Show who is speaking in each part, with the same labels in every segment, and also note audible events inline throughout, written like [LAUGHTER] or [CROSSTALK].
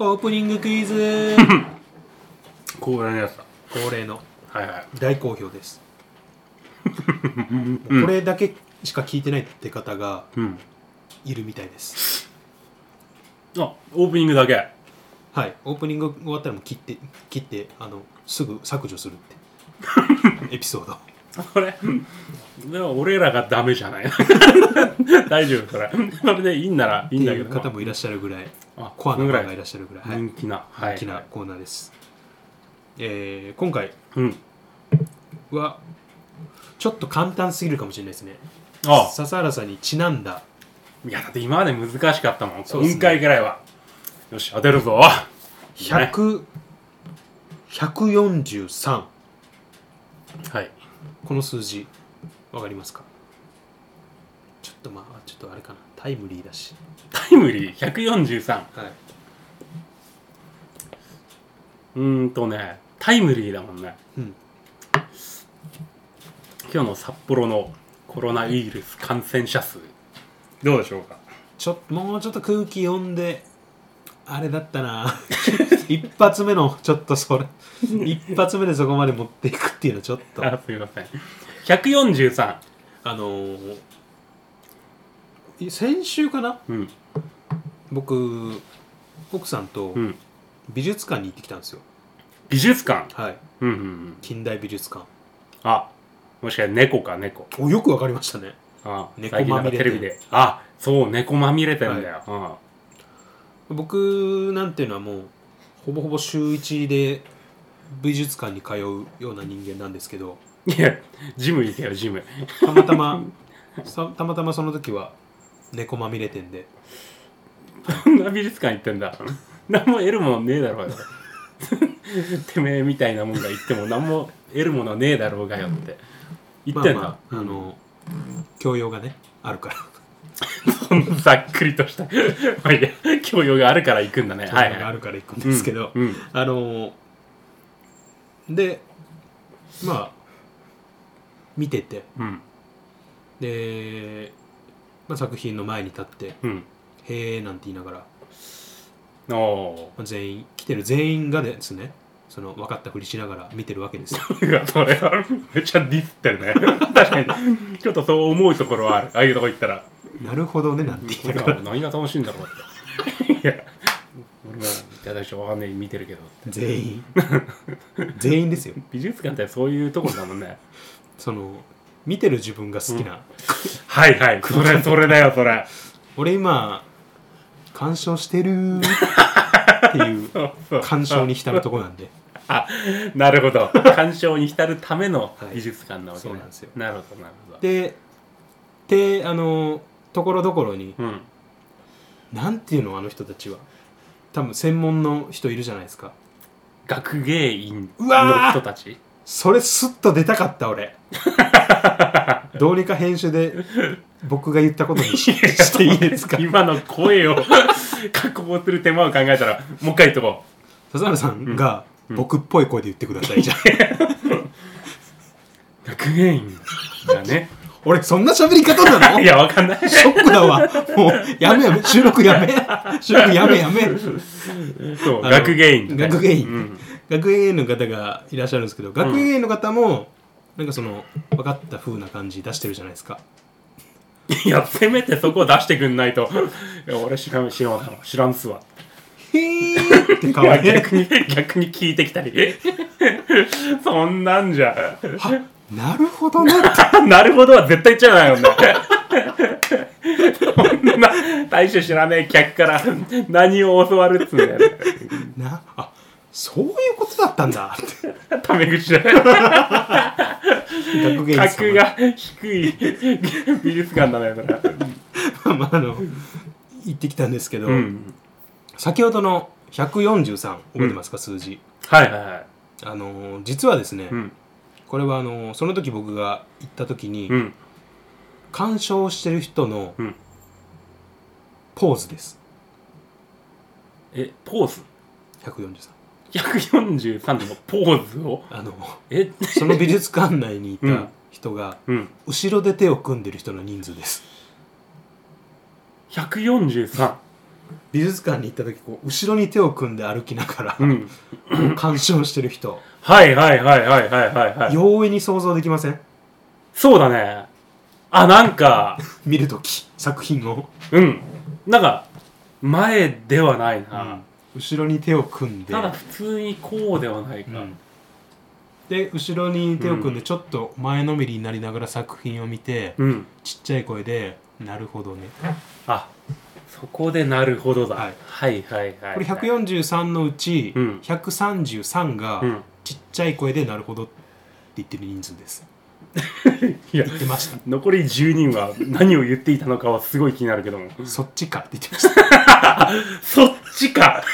Speaker 1: オープニングクイ
Speaker 2: [LAUGHS]
Speaker 1: ズ
Speaker 2: 恒例のやつだ
Speaker 1: 恒例の
Speaker 2: はいはい
Speaker 1: 大好評ですもうこれだけしか聞いてないって方が
Speaker 2: うん
Speaker 1: いるみたいです
Speaker 2: あオープニングだけ
Speaker 1: はいオープニング終わったらもう切って切ってあのすぐ削除するって
Speaker 2: [LAUGHS]
Speaker 1: エピソード
Speaker 2: [LAUGHS] これでも俺らがダメじゃない [LAUGHS] 大丈夫それそれでいいんならいいんだけ
Speaker 1: っ
Speaker 2: ど
Speaker 1: ていう方もいらっしゃるぐらい
Speaker 2: あ
Speaker 1: コアな
Speaker 2: その
Speaker 1: 方
Speaker 2: ぐらい
Speaker 1: がいらっしゃるぐらい、はい
Speaker 2: 人気なはい
Speaker 1: 大きなコーナーです、えー今回
Speaker 2: うん
Speaker 1: はちょっと簡単すぎるかもしれないですね
Speaker 2: あ
Speaker 1: 笹原さんにちなんだ
Speaker 2: いやだって今まで難しかったもん
Speaker 1: そうっすね
Speaker 2: 雲海ぐらいはよし当てるぞね
Speaker 1: 100 143
Speaker 2: はい
Speaker 1: この数字わかりますかちょっとまあちょっとあれかなタイムリーだし
Speaker 2: タイムリー143
Speaker 1: はいう
Speaker 2: ーんとねタイムリーだもんね
Speaker 1: うん
Speaker 2: 今日の札幌のコロナウイルス感染者数どうでしょうか
Speaker 1: ちょっともうちょっと空気読んであれだったな [LAUGHS] 一発目のちょっとそれ一発目でそこまで持っていくっていうのはちょっと
Speaker 2: あすみません143
Speaker 1: あのーい先週かな
Speaker 2: うん
Speaker 1: 僕奥さんと
Speaker 2: うん
Speaker 1: 美術館に行ってきたんですよ、
Speaker 2: 美術館
Speaker 1: はい
Speaker 2: うんうんうん
Speaker 1: 近代美術館
Speaker 2: あもしかして猫か猫
Speaker 1: およくわかりましたね
Speaker 2: あ
Speaker 1: 猫
Speaker 2: 最近なんか
Speaker 1: まみれ
Speaker 2: テレビであそう猫まみれてんだよ、
Speaker 1: 僕なんていうのはもうほぼほぼ週1で美術館に通うような人間なんですけど
Speaker 2: うんいやジム行けよジム
Speaker 1: たまた
Speaker 2: [LAUGHS]
Speaker 1: まさたまたまその時は猫まみれ店で
Speaker 2: こんな美術館行ってんだ [LAUGHS] 何も得るもんねえだろうよ [LAUGHS] てめえみたいなもんが行っても何も得るものねえだろうがよって言ってんだ、
Speaker 1: まあまああの教養がねあるから
Speaker 2: そんなざっくりとした [LAUGHS] まあいいや教養があるから行くんだね
Speaker 1: 教
Speaker 2: はい
Speaker 1: 養があ
Speaker 2: はい
Speaker 1: るから行くんですけど、
Speaker 2: うんうん
Speaker 1: あのでまあ見てて
Speaker 2: うん
Speaker 1: で、まあ、作品の前に立って
Speaker 2: うん
Speaker 1: 「へえ」なんて言いながら
Speaker 2: おお
Speaker 1: まあ全員来てる全員がですねその分かったふりしながら見てるわけですよ
Speaker 2: いやそれはめっちゃディスってるね [LAUGHS] 確かにちょっとそう思うところはあるああいうとこ行ったら
Speaker 1: [LAUGHS] なるほどねなんて言いながら
Speaker 2: 何が楽しいんだろう [LAUGHS] っていや俺もいただいてわかんない見てるけど
Speaker 1: 全員全員ですよ
Speaker 2: 美術館ってそういうところだもんね
Speaker 1: その見てる自分が好きな、
Speaker 2: はいはいそ [LAUGHS] れそれだよそれ
Speaker 1: 俺今鑑賞してるって [LAUGHS] いう
Speaker 2: そうそう
Speaker 1: 鑑賞に浸るとこなんで
Speaker 2: あなるほど鑑賞に浸るための
Speaker 1: はい
Speaker 2: 美術館なわけ、
Speaker 1: そうなんですよ
Speaker 2: なるほどなるほど
Speaker 1: でであのところどころに、
Speaker 2: うん
Speaker 1: なんていうのあの人たちは多分専門の人いるじゃないですか
Speaker 2: 学芸員
Speaker 1: うわ
Speaker 2: の
Speaker 1: ー
Speaker 2: 人た [LAUGHS] ち
Speaker 1: それスッと出たかった
Speaker 2: [LAUGHS]
Speaker 1: 俺どうにか編集で僕が言ったことにししていいですか
Speaker 2: 今の声を [LAUGHS] 加工する手間を考えたらもう一回言っとこ
Speaker 1: 笹原さんが僕っぽい声で言ってくださいじゃん
Speaker 2: う学芸員だね
Speaker 1: 俺そんな喋り方なの
Speaker 2: いやわかんない
Speaker 1: ショックだわもうやめや
Speaker 2: [LAUGHS]
Speaker 1: め収録やめ収録やめやめ
Speaker 2: そう
Speaker 1: あの
Speaker 2: 学芸員だね
Speaker 1: 学芸員
Speaker 2: うん
Speaker 1: 学芸員の方がいらっしゃるんですけど学芸員の方もなんかその分かった風な感じ出してるじゃないですか
Speaker 2: いやせめてそこを出してくんないといや俺知らん知らん知らんっすわ
Speaker 1: へーって
Speaker 2: い
Speaker 1: 顔
Speaker 2: や
Speaker 1: で
Speaker 2: 逆に逆に聞いてきたり [LAUGHS] そんなんじゃ [LAUGHS]
Speaker 1: はなるほどねって
Speaker 2: なるほどは絶対言っちゃないよね [LAUGHS] そんな大して知らねえ客から何を教わるっつうんだよね
Speaker 1: なあそういうことだったんだって
Speaker 2: タメ口だ
Speaker 1: 学芸員さん
Speaker 2: 格
Speaker 1: は
Speaker 2: が低い美術館だねそれ
Speaker 1: まああの [LAUGHS] 行ってきたんですけど、
Speaker 2: うん
Speaker 1: 先ほどの143覚えてますか、数字
Speaker 2: はいはいはい
Speaker 1: あのー実はですね、
Speaker 2: うん
Speaker 1: これはあのーその時僕が行った時に、
Speaker 2: うん
Speaker 1: 鑑賞してる人の
Speaker 2: うん
Speaker 1: ポーズです
Speaker 2: えポーズ
Speaker 1: 143
Speaker 2: 143でもポーズを
Speaker 1: あのー
Speaker 2: え
Speaker 1: その美術館内にい
Speaker 2: うん
Speaker 1: た人が、
Speaker 2: うん
Speaker 1: 後ろで手を組んでる人の人数です
Speaker 2: 143
Speaker 1: 美術館に行った時こう後ろに手を組んで歩きながら、
Speaker 2: うん、
Speaker 1: 鑑賞してる人
Speaker 2: はいはいはいはいはいはいはい
Speaker 1: 容易に想像できません
Speaker 2: そうだねあなんか
Speaker 1: 見る時作品を
Speaker 2: うんなんか前ではないな、
Speaker 1: 後ろに手を組んで
Speaker 2: ただ普通にこうではないか、
Speaker 1: うんで後ろに手を組んでちょっと前のめりになりながら作品を見て、
Speaker 2: うん、
Speaker 1: ちっちゃい声で「なるほどね」
Speaker 2: あそこでなるほどだ、
Speaker 1: は
Speaker 2: はいい、はいはいはい
Speaker 1: これ143のうち
Speaker 2: うん
Speaker 1: 133が
Speaker 2: うん
Speaker 1: ちっちゃい声で「なるほど」って言ってる人数です
Speaker 2: いや
Speaker 1: 言ってました
Speaker 2: 残り10人は何を言っていたのかはすごい気になるけども
Speaker 1: そっちかって言ってました
Speaker 2: [LAUGHS] そっちか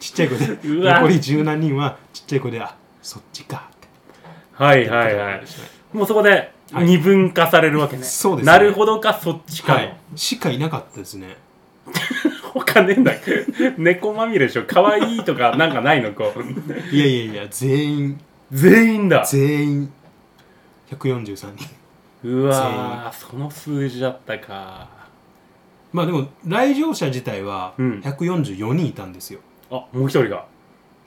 Speaker 1: ちっちゃい声で
Speaker 2: うわ
Speaker 1: 残り十何人はちっちゃい声で「あそっちか」って
Speaker 2: はい
Speaker 1: 言っ
Speaker 2: は
Speaker 1: て
Speaker 2: い
Speaker 1: た
Speaker 2: は
Speaker 1: かも
Speaker 2: い
Speaker 1: しれない
Speaker 2: もうそこで
Speaker 1: はい
Speaker 2: 二分化されるわけね、
Speaker 1: そうですね
Speaker 2: なるほどかそっちか、
Speaker 1: はいしかいなかったですね
Speaker 2: 他ねえんだ [LAUGHS] 猫まみれでしょ可愛いとかなんかないのこう
Speaker 1: いやいやいや全員
Speaker 2: 全員だ
Speaker 1: 全員143人
Speaker 2: うわーその数字だったか
Speaker 1: まあでも来場者自体は
Speaker 2: うん
Speaker 1: 144人いたんですよ、
Speaker 2: あもう一人が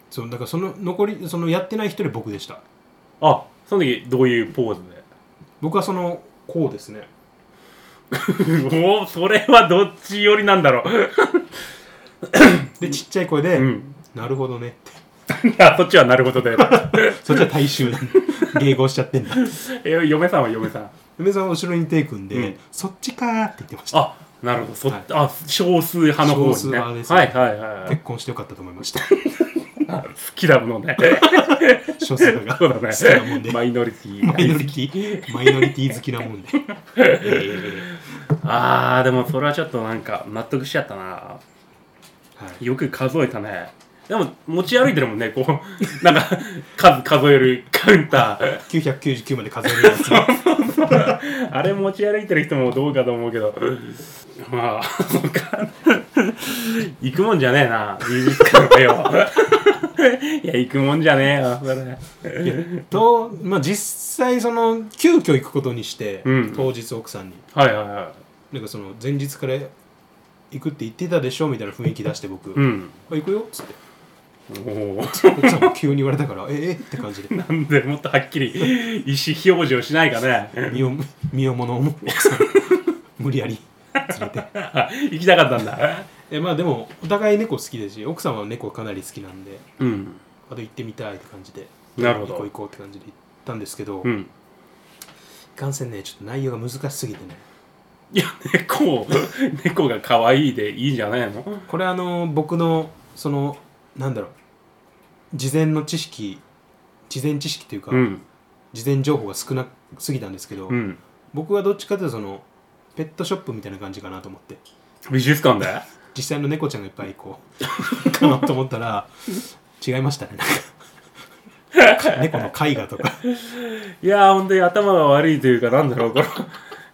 Speaker 1: そうだからその残りそのやってない一人僕でした
Speaker 2: あその時どういうポーズで
Speaker 1: 僕はそのこうですね
Speaker 2: [LAUGHS] おおそれはどっち寄りなんだろう
Speaker 1: でちっちゃい声で「
Speaker 2: うん
Speaker 1: なるほどね」って
Speaker 2: あそっちはなるほどだよ
Speaker 1: そっちは大衆だ、ね、迎合しちゃってんだ
Speaker 2: [LAUGHS] え嫁さんは嫁さん
Speaker 1: 梅さんは後ろに手組んで、
Speaker 2: うん
Speaker 1: そっちかーって言ってました
Speaker 2: あなるほどそ、
Speaker 1: はい
Speaker 2: あ少数派の方にね
Speaker 1: 少数派ですね
Speaker 2: はいはいはいはい
Speaker 1: 結婚してよかったと思いました
Speaker 2: あ好きだものね
Speaker 1: [LAUGHS] 少数派が
Speaker 2: [LAUGHS] そうだね
Speaker 1: 好きなもんで
Speaker 2: マイノリティ
Speaker 1: マイノリティマイノリティ好きなもんで、え
Speaker 2: あーでもそれはちょっとなんか納得しちゃったな
Speaker 1: ーはい、
Speaker 2: よく数えたねでも持ち歩いてるもんねこう [LAUGHS] なんか数数えるカウンター
Speaker 1: 999まで数えるやつ
Speaker 2: あれ持ち歩いてる人もどうかと思うけどまあ [LAUGHS] そうか行くもんじゃねえな美術館だよ [LAUGHS] いや行くもんじゃねえよそれ
Speaker 1: と、まあ、実際その急遽行くことにして、
Speaker 2: うん
Speaker 1: 当日奥さんに
Speaker 2: はいはいはい
Speaker 1: なんかその前日から行くって言ってたでしょみたいな雰囲気出して僕「
Speaker 2: う
Speaker 1: あ
Speaker 2: ん
Speaker 1: 行くよ」っつって
Speaker 2: おお
Speaker 1: 奥さんも急に言われたから「ええって感じで
Speaker 2: なんでもっとはっきり意思表示をしないかね [LAUGHS]
Speaker 1: 身を身をものを奥さん無理やり連れて
Speaker 2: 行きたかったんだ
Speaker 1: えまあでもお互い猫好きですし奥さんは猫かなり好きなんで
Speaker 2: うん
Speaker 1: あと行ってみたいって感じで
Speaker 2: なるほど
Speaker 1: 行こう行こうって感じで行ったんですけど、
Speaker 2: う
Speaker 1: い
Speaker 2: ん
Speaker 1: かんせんねちょっと内容が難しすぎてね
Speaker 2: いや猫を猫が可愛いでいいんじゃないの
Speaker 1: これあの僕のそのなんだろう事前の知識事前知識というか、
Speaker 2: うん
Speaker 1: 事前情報が少なすぎたんですけど、
Speaker 2: うん
Speaker 1: 僕はどっちかというとそのペットショップみたいな感じかなと思って
Speaker 2: 美術館だよ
Speaker 1: 実際の猫ちゃんがいっぱいこう [LAUGHS] かなと思ったら違いましたねなんか猫の絵画とか
Speaker 2: [LAUGHS] いやー本当に頭が悪いというかなんだろうこれ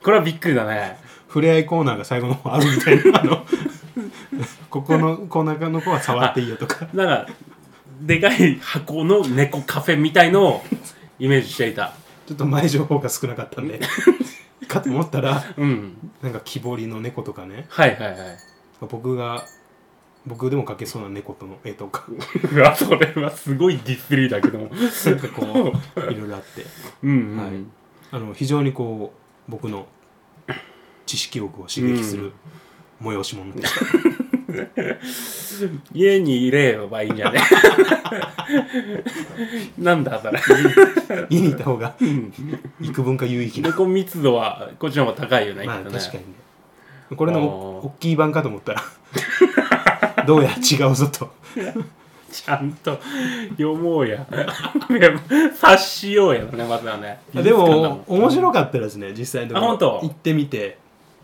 Speaker 2: これはびっくりだね
Speaker 1: 触れ合いコーナーが最後の方あるみたいなあのここのコーナーの子は触っていいよとか
Speaker 2: なんかでかい箱の猫カフェみたいのをイメージしていた
Speaker 1: ちょっと前情報が少なかったんでかと思ったら
Speaker 2: うん
Speaker 1: なんか木彫りの猫とかね
Speaker 2: はいはいはい
Speaker 1: 僕が僕でも描けそうな猫との絵
Speaker 2: [LAUGHS]
Speaker 1: とか
Speaker 2: うわそれはすごいディスリーだけども
Speaker 1: なんかこういろいろあって
Speaker 2: うんうん、
Speaker 1: はいあの非常にこう僕の知識欲を刺激する催し物でした、
Speaker 2: 家に入ればいいんじゃね [LAUGHS] なんだそれ、
Speaker 1: 家にいた方が
Speaker 2: うん、
Speaker 1: 幾分か有意義な、
Speaker 2: 猫密度はこっちの方が高いよね,き
Speaker 1: まあ
Speaker 2: っとね、
Speaker 1: 確かにねこれのお
Speaker 2: あー
Speaker 1: 大きい版かと思ったら [LAUGHS] どうやら違うぞと
Speaker 2: ちゃんと読もうやいや察しようやねまずはね
Speaker 1: でも面
Speaker 2: い
Speaker 1: 白かったですね実際のところ
Speaker 2: あ本当
Speaker 1: 行ってみて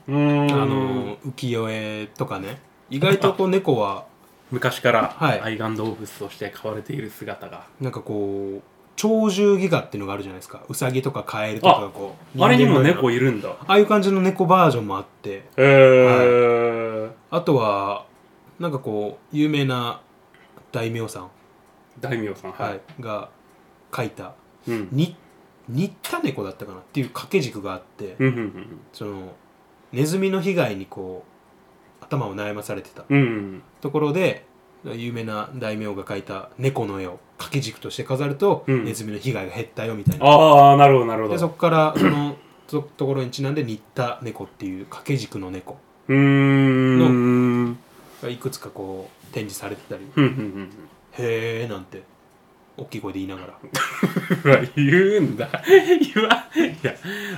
Speaker 2: うーん
Speaker 1: あの浮世絵とかね意外とこう猫は
Speaker 2: 昔から
Speaker 1: はい
Speaker 2: 愛玩動物として飼われている姿が、
Speaker 1: なんかこう鳥獣戯画っていうのがあるじゃないですかウサギとかカエルとかがこう
Speaker 2: あれにも
Speaker 1: 人間の
Speaker 2: 猫
Speaker 1: よ
Speaker 2: いるんだ
Speaker 1: うなああいう感じの猫バージョンもあって
Speaker 2: へー、
Speaker 1: あとはなんかこう有名な大名さん、
Speaker 2: 大名さんはい、
Speaker 1: はい、が書いた
Speaker 2: うん
Speaker 1: に新田猫だったかなっていう掛け軸があって、
Speaker 2: うんうんうん
Speaker 1: そのネズミの被害にこうあ頭を悩まされてた
Speaker 2: うん
Speaker 1: ところで有名な大名が描いた猫の絵を掛け軸として飾ると、
Speaker 2: うん
Speaker 1: ネズミの被害が減ったよみたいな
Speaker 2: ああなるほどなるほ
Speaker 1: で
Speaker 2: ど
Speaker 1: そこから [CLEARS THROAT] そのとところにちなんで新田猫っていう掛け軸の猫
Speaker 2: うーん
Speaker 1: がいくつかこう展示されてたり
Speaker 2: ふんふんふんふん [LAUGHS]
Speaker 1: 「へえ」なんて大きい声で言いながら
Speaker 2: うわ言うんだ言わいや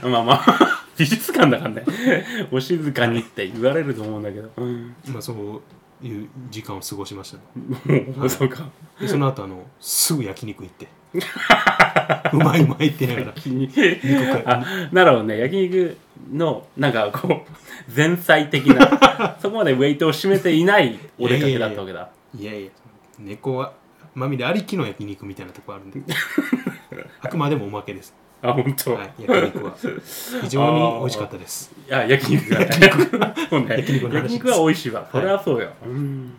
Speaker 2: まあまあ美術館だからねお静かにって言われると思うんだけど、うん、
Speaker 1: まあそういう時間を過ごしましたね
Speaker 2: もうそうか
Speaker 1: で [LAUGHS] その後あのすぐ焼肉行ってうまいうまいって言いながら
Speaker 2: 気にあなるほどね焼肉のなんかこう前菜的
Speaker 1: [LAUGHS]
Speaker 2: なそこまでウェイトを占めていないお出かけだったわけだ
Speaker 1: いやいや猫はまみれありきの焼肉みたいなとこあるんであくまでもおまけです、
Speaker 2: あ本当、
Speaker 1: はい、焼肉は非常に美味しかったです
Speaker 2: いや焼肉だ焼肉そうね
Speaker 1: 焼
Speaker 2: 焼
Speaker 1: 肉の話
Speaker 2: 肉
Speaker 1: です
Speaker 2: は美味しいわそれはそうよ、うん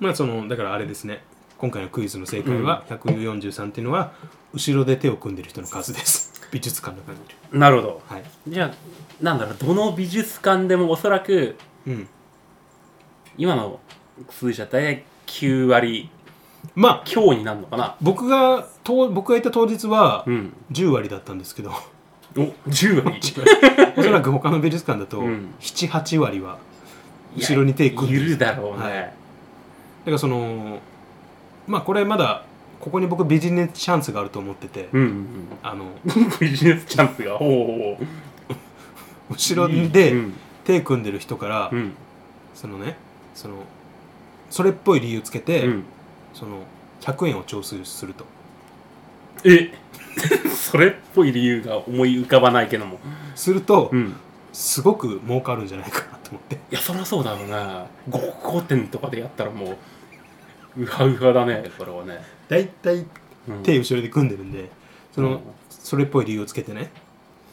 Speaker 1: まあそのだからあれですね今回のクイズの正解は143っていうのは後ろで手を組んでる人の数です美術館の中にいる
Speaker 2: なるほど
Speaker 1: はい
Speaker 2: じゃあなんだろうどの美術館でもおそらく
Speaker 1: うん
Speaker 2: 今の数字だったら9割
Speaker 1: まあ
Speaker 2: 強になるのかな
Speaker 1: 僕がと僕がいた当日は
Speaker 2: うん
Speaker 1: 10割だったんですけど [LAUGHS]
Speaker 2: お10割
Speaker 1: おそらく他の美術館だと
Speaker 2: うん
Speaker 1: 78割は後ろに手組ん
Speaker 2: い
Speaker 1: で
Speaker 2: や
Speaker 1: る
Speaker 2: いるだろうね、
Speaker 1: はいだからそのまあこれまだここに僕ビジネスチャンスがあると思ってて、
Speaker 2: うんうん
Speaker 1: あの
Speaker 2: うんビジネスチャンスがおうおうおう
Speaker 1: 後ろで
Speaker 2: うん
Speaker 1: 手組んでる人から、
Speaker 2: うん
Speaker 1: そのねそのそれっぽい理由つけて、
Speaker 2: うん、
Speaker 1: その100円を徴収すると
Speaker 2: え [LAUGHS] それっぽい理由が思い浮かばないけども、
Speaker 1: すると、
Speaker 2: うん、
Speaker 1: すごく儲かるんじゃないかなと思って
Speaker 2: いやそりゃそうだろうな5個展とかでやったらもうウハウハだねこれはね、
Speaker 1: 大体
Speaker 2: うん、
Speaker 1: 手後ろで組んでるんでその、
Speaker 2: うん
Speaker 1: それっぽい理由をつけてね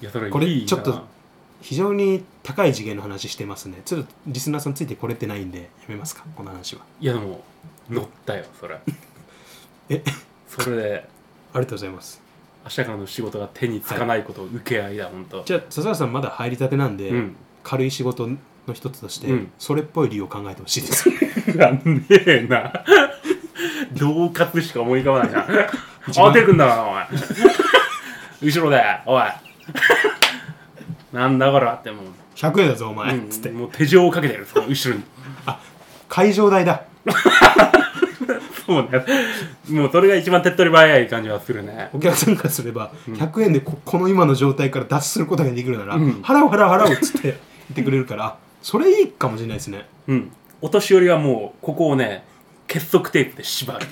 Speaker 2: いやそれいいな
Speaker 1: これちょっと非常に高い次元の話してますねちょっとリスナーさんついてこれてないんでやめますかこの話はい
Speaker 2: やでも乗ったよそれ
Speaker 1: え
Speaker 2: それで
Speaker 1: ありがとうございます
Speaker 2: 明日からの仕事が手につかないことを受け合いだ本当
Speaker 1: じゃあ笹原さんまだ入りたてなんで、
Speaker 2: うん
Speaker 1: 軽い仕事の一つとして、
Speaker 2: うん
Speaker 1: それっぽい理由を考えてほしいです [LAUGHS]
Speaker 2: なんねえな同喝しか思い浮かばないな慌てくんだなお前後ろでおいなんだこれはってもう
Speaker 1: 100円だぞお前、
Speaker 2: うん
Speaker 1: つって
Speaker 2: もう手錠をかけてるその後ろに
Speaker 1: 会場代だ
Speaker 2: そうねもうそれが一番手っ取り早い感じはするね
Speaker 1: お客さんからすれば、100円でここの今の状態から脱出することができるなら、
Speaker 2: うん
Speaker 1: 払う払う払うっつって言ってくれるからあそれいいかもしれないですね
Speaker 2: うんお年寄りはもうここをね結束テープで縛る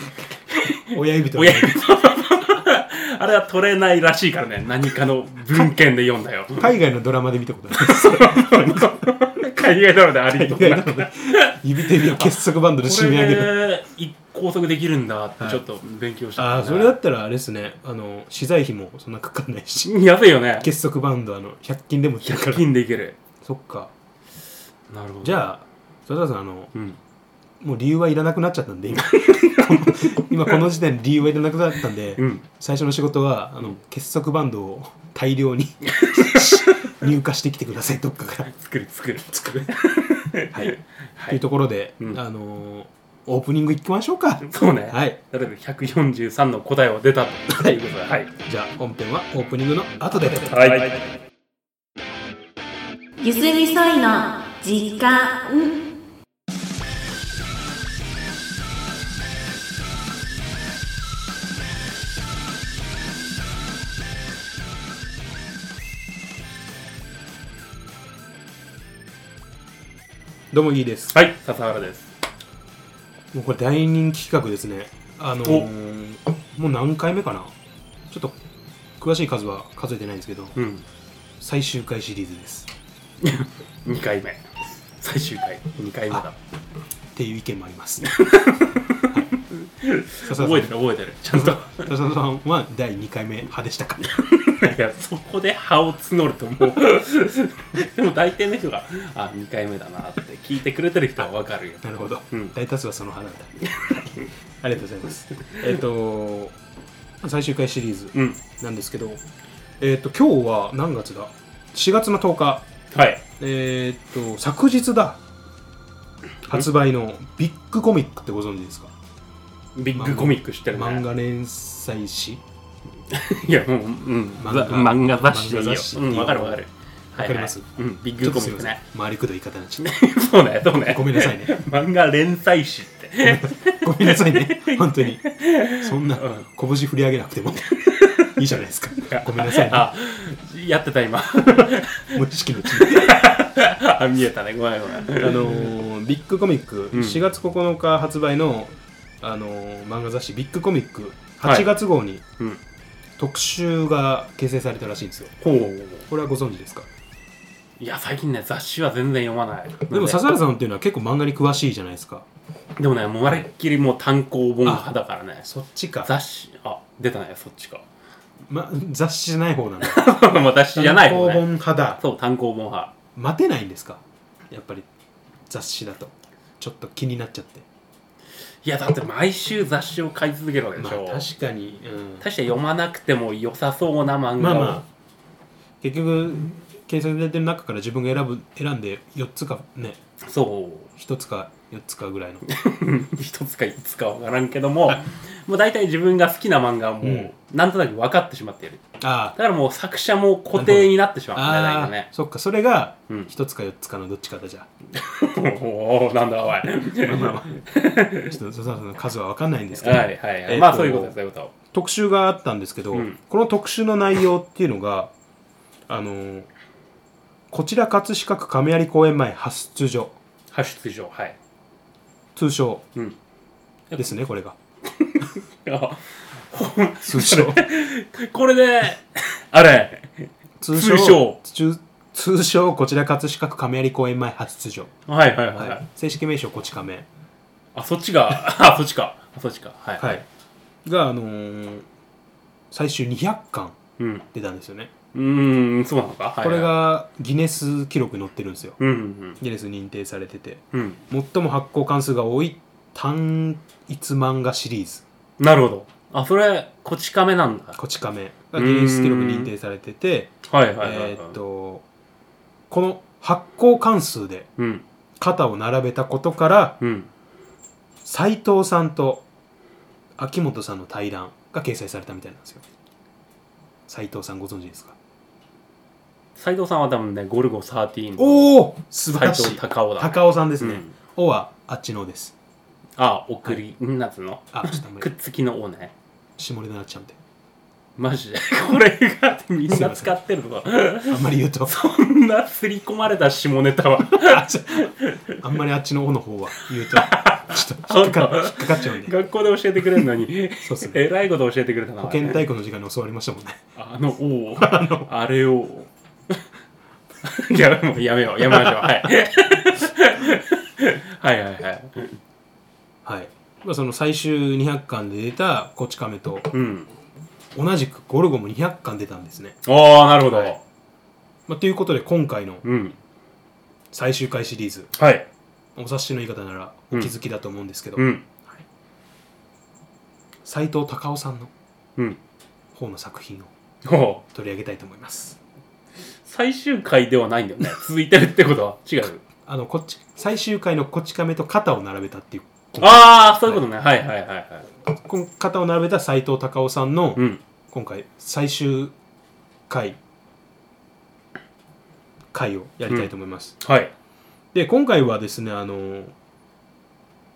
Speaker 1: 親指とか
Speaker 2: 親指あれは取れないらしいからね何かの文献で読んだよ
Speaker 1: 海外のドラマで見たことある
Speaker 2: [LAUGHS] 海外ドラマでありと
Speaker 1: 海外の指手指を結束バンドで
Speaker 2: こ
Speaker 1: 締め上げ
Speaker 2: [LAUGHS]
Speaker 1: る
Speaker 2: れで一拘束できるんだってちょっと勉強した、
Speaker 1: ああそれだったらあれですねあの資材費もそんなかかんないし
Speaker 2: やべえよね
Speaker 1: 結束バンドあの100均でも売ってるから
Speaker 2: 100均でいける
Speaker 1: そっか
Speaker 2: なるほど
Speaker 1: じ
Speaker 2: ゃ
Speaker 1: ゃあ笹田さんあの
Speaker 2: うん
Speaker 1: もう理由はいらなくなっちゃったんで今 [LAUGHS] この今この時点で理由はいらなくなったんで、
Speaker 2: うん
Speaker 1: 最初の仕事はあの結束バンドを [LAUGHS] 大量に入荷してきてくだ
Speaker 2: [LAUGHS]
Speaker 1: さいどっかから。
Speaker 2: 作る作る作る
Speaker 1: [LAUGHS] はい、
Speaker 2: は
Speaker 1: という
Speaker 2: い
Speaker 1: ところで、
Speaker 2: うん
Speaker 1: あのーオープニングいきましょうか。
Speaker 2: そうね
Speaker 1: はい、
Speaker 2: 例えば143の答えは出たということではい
Speaker 1: じゃあ本編はオープニングの後で。
Speaker 2: はい、
Speaker 3: ゆすみそいの時間
Speaker 1: どうもいいです。
Speaker 2: はい、笹原です
Speaker 1: もうこれ大人気企画ですね。あのーもう何回目かなちょっと詳しい数は数えてないんですけど、
Speaker 2: うん
Speaker 1: 最終回シリーズです。
Speaker 2: 2回目最終回2回目だ
Speaker 1: っていう意見もあり
Speaker 2: [LAUGHS]
Speaker 1: ます。
Speaker 2: 覚
Speaker 1: 覚
Speaker 2: えてる覚えてるちゃんと
Speaker 1: 笹田さんは第2回目派でした
Speaker 2: [LAUGHS]
Speaker 1: か
Speaker 2: いやそこで歯を募るともうでも大抵の人があ2回目だなって聞いてくれてる人は分かるよ
Speaker 1: なるほど、
Speaker 2: うん
Speaker 1: 大多数はその派なんだありがとうございますえっ、と最終回シリーズ
Speaker 2: うん
Speaker 1: なんですけど、えっ、と今日は何月だ4月の10日
Speaker 2: はい
Speaker 1: えっ、と昨日だ発売のビッグコミックってご存知ですか
Speaker 2: ビッグコミック知ってるね
Speaker 1: 漫画連載誌
Speaker 2: いやもう、うん、
Speaker 1: 漫
Speaker 2: 漫
Speaker 1: 画
Speaker 2: 画漫画雑誌で
Speaker 1: 漫
Speaker 2: いい
Speaker 1: 画
Speaker 2: よ
Speaker 1: 雑誌
Speaker 2: うんわかるわかる
Speaker 1: わかります
Speaker 2: はいはいうん、ビッ
Speaker 1: ちょ
Speaker 2: グ
Speaker 1: っと
Speaker 2: コ
Speaker 1: す
Speaker 2: ミ
Speaker 1: い
Speaker 2: ッ
Speaker 1: ません
Speaker 2: クね
Speaker 1: 回りくどい言い方になっちゃっ
Speaker 2: そうね [LAUGHS] そうね
Speaker 1: ごめんなさいね
Speaker 2: 漫画連載誌って
Speaker 1: たごめんなさい [LAUGHS] ね本当にそんな
Speaker 2: うん
Speaker 1: 拳振り上げなくてもいいじゃないですかごめんなさいね
Speaker 2: あやってた今 [LAUGHS]
Speaker 1: 無知識のうちに
Speaker 2: あ見えたねごめんごめん
Speaker 1: あのービッグコミック
Speaker 2: うん
Speaker 1: 4月9日発売の、あのー漫画雑誌ビッグコミック8月号に
Speaker 2: うん
Speaker 1: 特集が形成されたらしいんですよ
Speaker 2: ほう
Speaker 1: これはご存知ですか
Speaker 2: いや最近ね雑誌は全然読まない
Speaker 1: でも笹原さんっていうのは結構漫画に詳しいじゃないですか
Speaker 2: でもねもうあれっきりもう単行本派だからね
Speaker 1: そっちか
Speaker 2: 雑誌あ出たねそっちか [LAUGHS]
Speaker 1: ま、雑誌じゃない方なん [LAUGHS] だ
Speaker 2: まあ雑誌じゃない方
Speaker 1: 単行本
Speaker 2: ね
Speaker 1: 派だ
Speaker 2: そう単行本派
Speaker 1: 待てないんですかやっぱり雑誌だとちょっと気になっちゃって
Speaker 2: いやだって毎週雑誌を買い続けるわけで
Speaker 1: まあ
Speaker 2: しょ、
Speaker 1: 確かに、うん
Speaker 2: 大して読まなくても良さそうな漫画を、
Speaker 1: まあまあ結局掲載されてる中から自分が選ぶ選んで4つかね
Speaker 2: そう
Speaker 1: 1つか4つかぐらいの
Speaker 2: 一つかいつかわからんけ
Speaker 1: [LAUGHS]
Speaker 2: どももう大体自分が好きな漫画はもう、
Speaker 1: うん
Speaker 2: なんとなく分かってしまっている
Speaker 1: あ
Speaker 2: だからもう作者も固定になってし
Speaker 1: あ
Speaker 2: まうん
Speaker 1: ああ、
Speaker 2: ね
Speaker 1: そっかそれが
Speaker 2: うん
Speaker 1: 1つか4つかのどっちかだじゃ
Speaker 2: 大体ねおおな
Speaker 1: [LAUGHS]
Speaker 2: んだおい
Speaker 1: あ、まあまあちょっと笹原さんの数は分かんないんですけど、
Speaker 2: はいはいはい、
Speaker 1: えっと
Speaker 2: まあそういうことですそういうこと
Speaker 1: 特集があったんですけど、
Speaker 2: うん
Speaker 1: この特集の内容っていうのがあのーこちら葛飾区亀有公園前発出所
Speaker 2: 発出場
Speaker 1: [LAUGHS]
Speaker 2: はい
Speaker 1: 通称
Speaker 2: うん
Speaker 1: ですねこれが
Speaker 2: あ
Speaker 1: 通称
Speaker 2: これであれ
Speaker 1: 通
Speaker 2: 通称
Speaker 1: 通通称こちら葛飾区亀有公園前発出所、
Speaker 2: はいはいはい、
Speaker 1: はい、正式名称こち亀
Speaker 2: あそっちがあそっちか [LAUGHS] あそっちかはい、
Speaker 1: はいがあのー最終200巻
Speaker 2: うん
Speaker 1: 出たんですよね、
Speaker 2: うーんそうなのか、はいはい、
Speaker 1: これがギネス記録に載ってるんですよ
Speaker 2: うんうん
Speaker 1: ギネス認定されてて
Speaker 2: うん
Speaker 1: 最も発行巻数が多い単一漫画シリーズ
Speaker 2: うんなるほどあそれこち亀なんだ
Speaker 1: 「こち亀」がギネス記録に認定されてて
Speaker 2: はいはいはい、はい、
Speaker 1: えーっとこの発行巻数で
Speaker 2: うん
Speaker 1: 肩を並べたことから
Speaker 2: うん
Speaker 1: 斎藤さんと秋元さんの対談が掲載されたみたいなんですよ斎藤さんご存知ですか
Speaker 2: 斎藤さんは多分ねゴルゴ13の
Speaker 1: おお素晴
Speaker 2: 斎
Speaker 1: らし
Speaker 2: 藤
Speaker 1: い
Speaker 2: 隆夫だ
Speaker 1: 高尾さんです
Speaker 2: う
Speaker 1: ね
Speaker 2: ん
Speaker 1: 「お」はあっちの「です
Speaker 2: あ送りなんつうの
Speaker 1: あちょっとあんま
Speaker 2: くっ
Speaker 1: り
Speaker 2: つきの「お」ね
Speaker 1: 下ネタになっちゃうんで
Speaker 2: マジで [LAUGHS] これがみんな使ってるの
Speaker 1: あんまり言うと
Speaker 2: こんな刷り込まれた下ネタ
Speaker 1: [LAUGHS]
Speaker 2: は
Speaker 1: あちょあんまりあっちの「お」の方は言う [LAUGHS] とちょっと引っかか引っかかっちゃうんで
Speaker 2: 学校で教えてくれるのに
Speaker 1: そうっすね
Speaker 2: えらいこと教えてくれたな
Speaker 1: 保健体育の時間に教わりましたもんね。
Speaker 2: あのおああ
Speaker 1: [LAUGHS]
Speaker 2: れをいやもうやめようやめましょうはい
Speaker 1: [LAUGHS]
Speaker 2: はいはいはい
Speaker 1: はい。まあ、その最終200巻で出たこち亀と
Speaker 2: うん
Speaker 1: 同じくゴルゴも200巻出たんですね。
Speaker 2: ああなるほど、
Speaker 1: はいまあ、ということで今回の
Speaker 2: うん
Speaker 1: 最終回シリーズ、
Speaker 2: はい
Speaker 1: お察しの言い方ならお気づきだと思うんですけど、
Speaker 2: うん
Speaker 1: 斎藤隆夫さんの
Speaker 2: うん
Speaker 1: 方の作品を
Speaker 2: おう
Speaker 1: 取り上げたいと思います。
Speaker 2: 最終回ではないんだよね続いてるってことは違う
Speaker 1: あの、こっち、最終回のこち亀と肩を並べたっていう、
Speaker 2: ああそういうことね、はい、はいはいはい
Speaker 1: この肩を並べた斎藤隆夫さんの
Speaker 2: うん
Speaker 1: 今回最終回、回をやりたいと思います。
Speaker 2: はい
Speaker 1: で今回はですねあの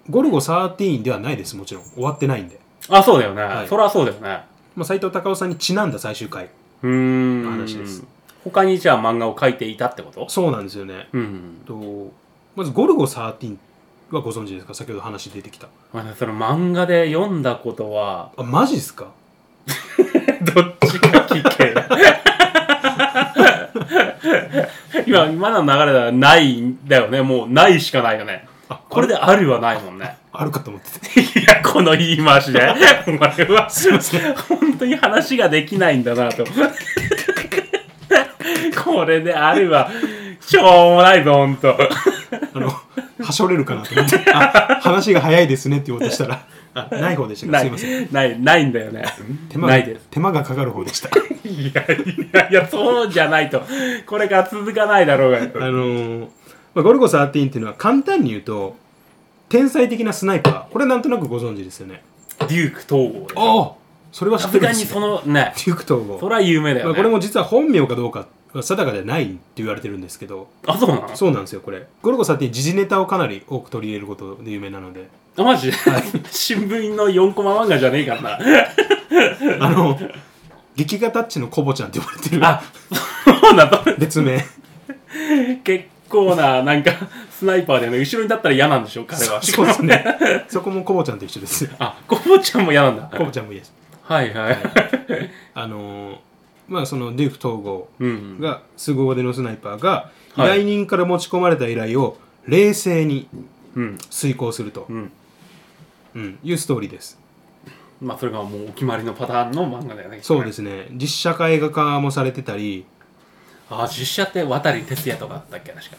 Speaker 1: ゴルゴ13ではないですもちろん終わってないんで、
Speaker 2: あそうだよね、
Speaker 1: はい
Speaker 2: そりゃそうだよね
Speaker 1: まあ、斉藤隆夫さんにちなんだ最終回
Speaker 2: うーん
Speaker 1: の話です
Speaker 2: 他にじゃあ漫画を描いていたってこと
Speaker 1: そうなんですよね
Speaker 2: うん
Speaker 1: とまずゴルゴ13はご存知ですか先ほど話出てきた
Speaker 2: まあねその漫画で読んだことは
Speaker 1: あマジですか
Speaker 2: [LAUGHS] どっちか聞け [LAUGHS] 今今の流れではないんだよねもうないしかないよね
Speaker 1: あ
Speaker 2: これであるはないもんね
Speaker 1: あるかと思ってて
Speaker 2: いや、 [LAUGHS] この言い回しで。 [LAUGHS] お前は、本当に話ができないんだなと。 [LAUGHS] これであれば、しょうもないぞ、ほんと。
Speaker 1: あのはしょれるかなと思ってあ話が早いですねって言おうとしたらあない方でした
Speaker 2: な
Speaker 1: ねす
Speaker 2: い
Speaker 1: いません、
Speaker 2: ない、ないんだよね。
Speaker 1: 手間
Speaker 2: な
Speaker 1: が
Speaker 2: いで
Speaker 1: 手間がかかる方でした
Speaker 2: す。いやいやいや、そうじゃないと。これが続かないだろう
Speaker 1: あ
Speaker 2: が。
Speaker 1: のーまあ、ゴルゴ13っていうのは簡単に言うと天才的なスナイパーこれなんとなくご存知ですよね
Speaker 2: デューク統合で
Speaker 1: ああそれは知
Speaker 2: さ
Speaker 1: ってる
Speaker 2: す
Speaker 1: ん
Speaker 2: が
Speaker 1: で
Speaker 2: に
Speaker 1: す
Speaker 2: そ
Speaker 1: よ
Speaker 2: のね
Speaker 1: デューク統合
Speaker 2: それは有名だよ
Speaker 1: ま
Speaker 2: ね、
Speaker 1: あ、これも実は本名かどうかは定かではないって言われてるんですけど
Speaker 2: あそうなの
Speaker 1: そうなんですよこれゴルゴサって時事ネタをかなり多く取り入れることで有名なので
Speaker 2: あマジ [LAUGHS] 新聞の4コマ漫画じゃねえからな [LAUGHS]
Speaker 1: あの劇画タッチのコボちゃんって呼ばれてる
Speaker 2: あそうなの
Speaker 1: 別名
Speaker 2: 結構ななんか [LAUGHS] スナイパーだよね後ろに立ったら嫌なんでしょ彼は
Speaker 1: そうですねそこもコボちゃんと一緒です
Speaker 2: あコボちゃんも嫌なんだ
Speaker 1: コボちゃんもいいです
Speaker 2: はいはい
Speaker 1: あのーまあそのデューク統合
Speaker 2: うん
Speaker 1: が凄腕のスナイパーが依
Speaker 2: はい
Speaker 1: 頼人から持ち込まれた依頼を冷静に
Speaker 2: うん
Speaker 1: 遂行すると
Speaker 2: う、ん
Speaker 1: うん、いうストーリーです
Speaker 2: まあそれがもうお決まりのパターンの漫画だよね
Speaker 1: そうですすね実写化映画化もされてたり
Speaker 2: あ実写って渡哲也とかだったっけ確か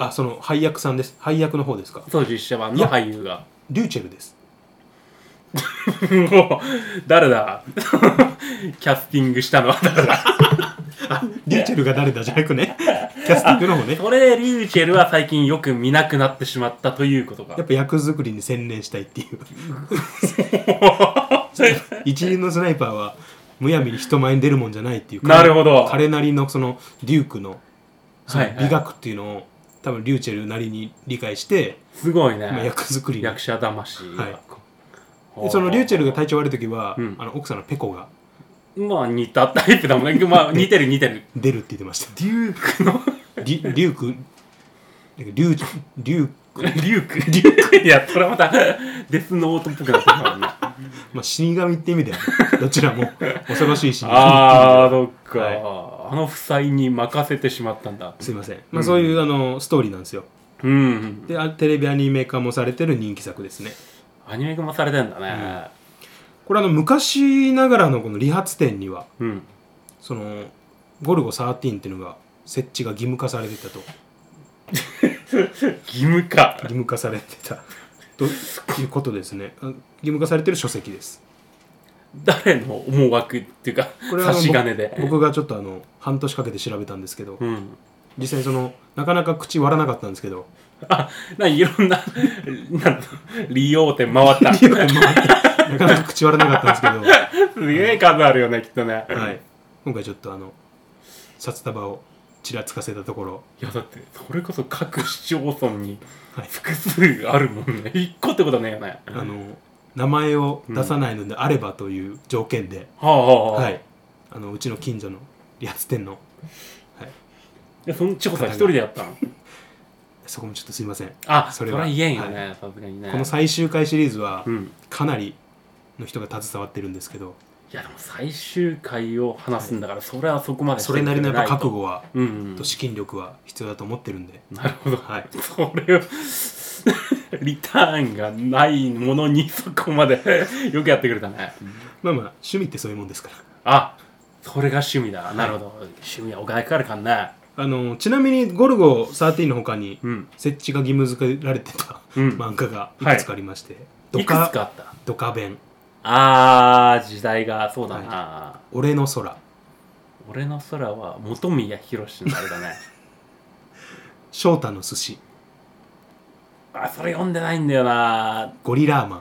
Speaker 1: あその配役さんです配役の方ですか
Speaker 2: そう実写版の俳優が
Speaker 1: リューチェルです
Speaker 2: [LAUGHS] もう誰だ [LAUGHS] キャスティングしたのは誰だ
Speaker 1: リューチェルが誰だじゃなくね [LAUGHS] キャスティングの方ね
Speaker 2: それでリューチェルは最近よく見なくなってしまったということか
Speaker 1: やっぱ役作りに専念したいっていう
Speaker 2: [LAUGHS]
Speaker 1: 一流のスナイパーはむやみに人前に出るもんじゃないっていう
Speaker 2: なるほど
Speaker 1: 彼なりのそのデュークのその
Speaker 2: はいはい
Speaker 1: 美学っていうのを多分リューチェルなりに理解して、
Speaker 2: すごい
Speaker 1: まあ、
Speaker 2: ね
Speaker 1: 役作りに
Speaker 2: 役者魂が
Speaker 1: はい
Speaker 2: こう
Speaker 1: でそのリューチェルが体調悪い時は、
Speaker 2: うん
Speaker 1: あの奥さんのペコが
Speaker 2: まあ似たタイプだもん [LAUGHS] ね。まあ似てる似てる。
Speaker 1: 出るって言ってました
Speaker 2: デュークの
Speaker 1: リリュークリューリューク、
Speaker 2: リューク。リューク。いや、それはまたデスノートっぽくなってるからね。 [LAUGHS]
Speaker 1: まあ、死神って意味だよねどちらも恐ろしい死神
Speaker 2: ああ、そっか、
Speaker 1: はい
Speaker 2: あの夫妻に任せてしまったんだ。
Speaker 1: すいません、まあ、そういうあのストーリーなんですよ
Speaker 2: うん。
Speaker 1: であテレビアニメ化もされてる人気作ですね
Speaker 2: アニメ化もされてんだね。
Speaker 1: これあの昔ながらのこの理髪店には
Speaker 2: うん。
Speaker 1: そのゴルゴ13っていうのが設置が義務化されてたと
Speaker 2: 義務化。
Speaker 1: 義務化されて
Speaker 2: [LAUGHS]
Speaker 1: たということですねあ義務化されてる書籍です
Speaker 2: 誰の思惑っていうか、
Speaker 1: あの
Speaker 2: 差し金
Speaker 1: 僕
Speaker 2: で。
Speaker 1: 僕がちょっとあの半年かけて調べたんですけど、
Speaker 2: うん。
Speaker 1: 実際そのなかなか口割らなかったんですけど [LAUGHS]
Speaker 2: あ、なんかいろんな、なん利用店回った。す [LAUGHS]
Speaker 1: なかなか口割らなかったんです
Speaker 2: げえ数あるよね、きっとね。
Speaker 1: けど、はい、今回ちょっとあの札束をちらつかせたところ
Speaker 2: いやだってそれこそ各市町村に
Speaker 1: はい
Speaker 2: 複数あるもんね [LAUGHS] 一個ってことねえよね
Speaker 1: あの名前を出さないのであればという条件で、
Speaker 2: はあはあはあ、
Speaker 1: はいい、あのうちの近所の理髪店の、はい、
Speaker 2: やそのチョコさん一人でやったの
Speaker 1: そこもちょっとすいません、
Speaker 2: あそ
Speaker 1: そ
Speaker 2: れ
Speaker 1: れ
Speaker 2: は
Speaker 1: は
Speaker 2: 言えんよねさすがにね
Speaker 1: この最終回シリーズは
Speaker 2: うん
Speaker 1: かなりの人が携わってるんですけど
Speaker 2: いやでも最終回を話すんだから、それはそこまで
Speaker 1: それなりのやっぱ覚
Speaker 2: 悟
Speaker 1: 悟は
Speaker 2: うん、
Speaker 1: と資金力は必要だと思ってるんで、
Speaker 2: うん、なるほど
Speaker 1: はい、
Speaker 2: それを [LAUGHS] リターンがないものにそこまで [LAUGHS] よくやってくれたね
Speaker 1: まあまあ趣味ってそういうもんですから
Speaker 2: あそれが趣味だ、なるほど趣味はお金かかるからね
Speaker 1: あのちなみに「ゴルゴ13」の他に
Speaker 2: うん
Speaker 1: 設置が義務付けられてた、
Speaker 2: うん
Speaker 1: 漫画がいくつかありまして「
Speaker 2: い
Speaker 1: ド
Speaker 2: くつか
Speaker 1: カ
Speaker 2: あった
Speaker 1: ドカ弁
Speaker 2: あー時代がそうだな、
Speaker 1: 俺の空
Speaker 2: 俺の空は本宮宏のあれだね [LAUGHS]
Speaker 1: 翔太の寿司
Speaker 2: あそれ読んでないんだよな
Speaker 1: ゴリラーマン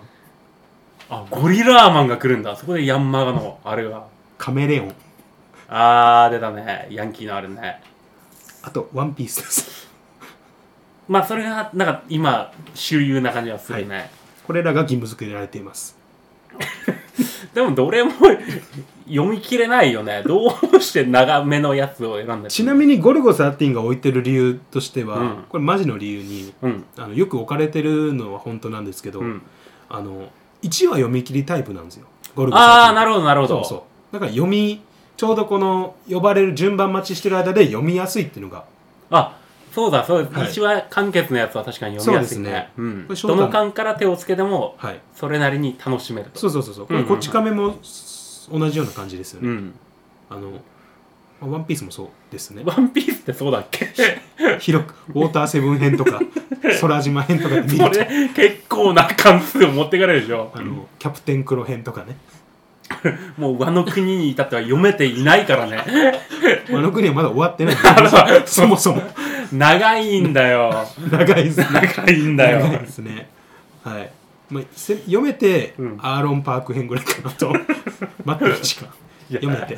Speaker 2: あゴリラーマンが来るんだそこでヤンマガのあれが
Speaker 1: カメレオン
Speaker 2: あー出たねヤンキーのあれね
Speaker 1: あと「ワンピースです [LAUGHS]
Speaker 2: まあそれがなんか今主流な感じはするね、
Speaker 1: これらが義務付けられています
Speaker 2: でもどれも [LAUGHS] 読み切れないよねどうして長めのやつを選んだ
Speaker 1: ちなみに「ゴルゴ13」が置いてる理由としては、
Speaker 2: うん
Speaker 1: これマジの理由に
Speaker 2: うん
Speaker 1: あのよく置かれてるのは本当なんですけど、
Speaker 2: うん
Speaker 1: あの1話読み切りタイプなんですよゴルゴ13
Speaker 2: ああなるほどなるほ
Speaker 1: そ
Speaker 2: ど
Speaker 1: うそうだから読みちょうどこの呼ばれる順番待ちしてる間で読みやすいっていうのが
Speaker 2: あそうだそうです、
Speaker 1: はい
Speaker 2: 一話完結のやつは確かに読みやすいね
Speaker 1: そうですね
Speaker 2: うん、
Speaker 1: これ翔
Speaker 2: ど
Speaker 1: 太の
Speaker 2: の巻から手をつけても
Speaker 1: はい
Speaker 2: それなりに楽しめると
Speaker 1: そうそうそうそうこ
Speaker 2: うんう
Speaker 1: れ
Speaker 2: ん
Speaker 1: こっち亀もす同じような感じですよね、
Speaker 2: ん
Speaker 1: あのまあワンピースもそうですね
Speaker 2: ワンピースってそうだっけ
Speaker 1: 広くウォーターセブン編と [LAUGHS] か空島編とかで [LAUGHS] 見
Speaker 2: そ
Speaker 1: ると
Speaker 2: れ結構な関数を持ってかれるでしょ
Speaker 1: あのキャプテン黒編とかね
Speaker 2: もう和の
Speaker 1: [LAUGHS]
Speaker 2: 国に至っては読めていないからね
Speaker 1: あの国はまだ終わってない
Speaker 2: ら
Speaker 1: そもそも
Speaker 2: 長いんだよ
Speaker 1: 長いですね
Speaker 2: 長いんだよ
Speaker 1: 長いですねはい、まあ、せ読めて、
Speaker 2: うん
Speaker 1: アーロン・パーク編ぐらいかな [LAUGHS] と待ってる時間読めて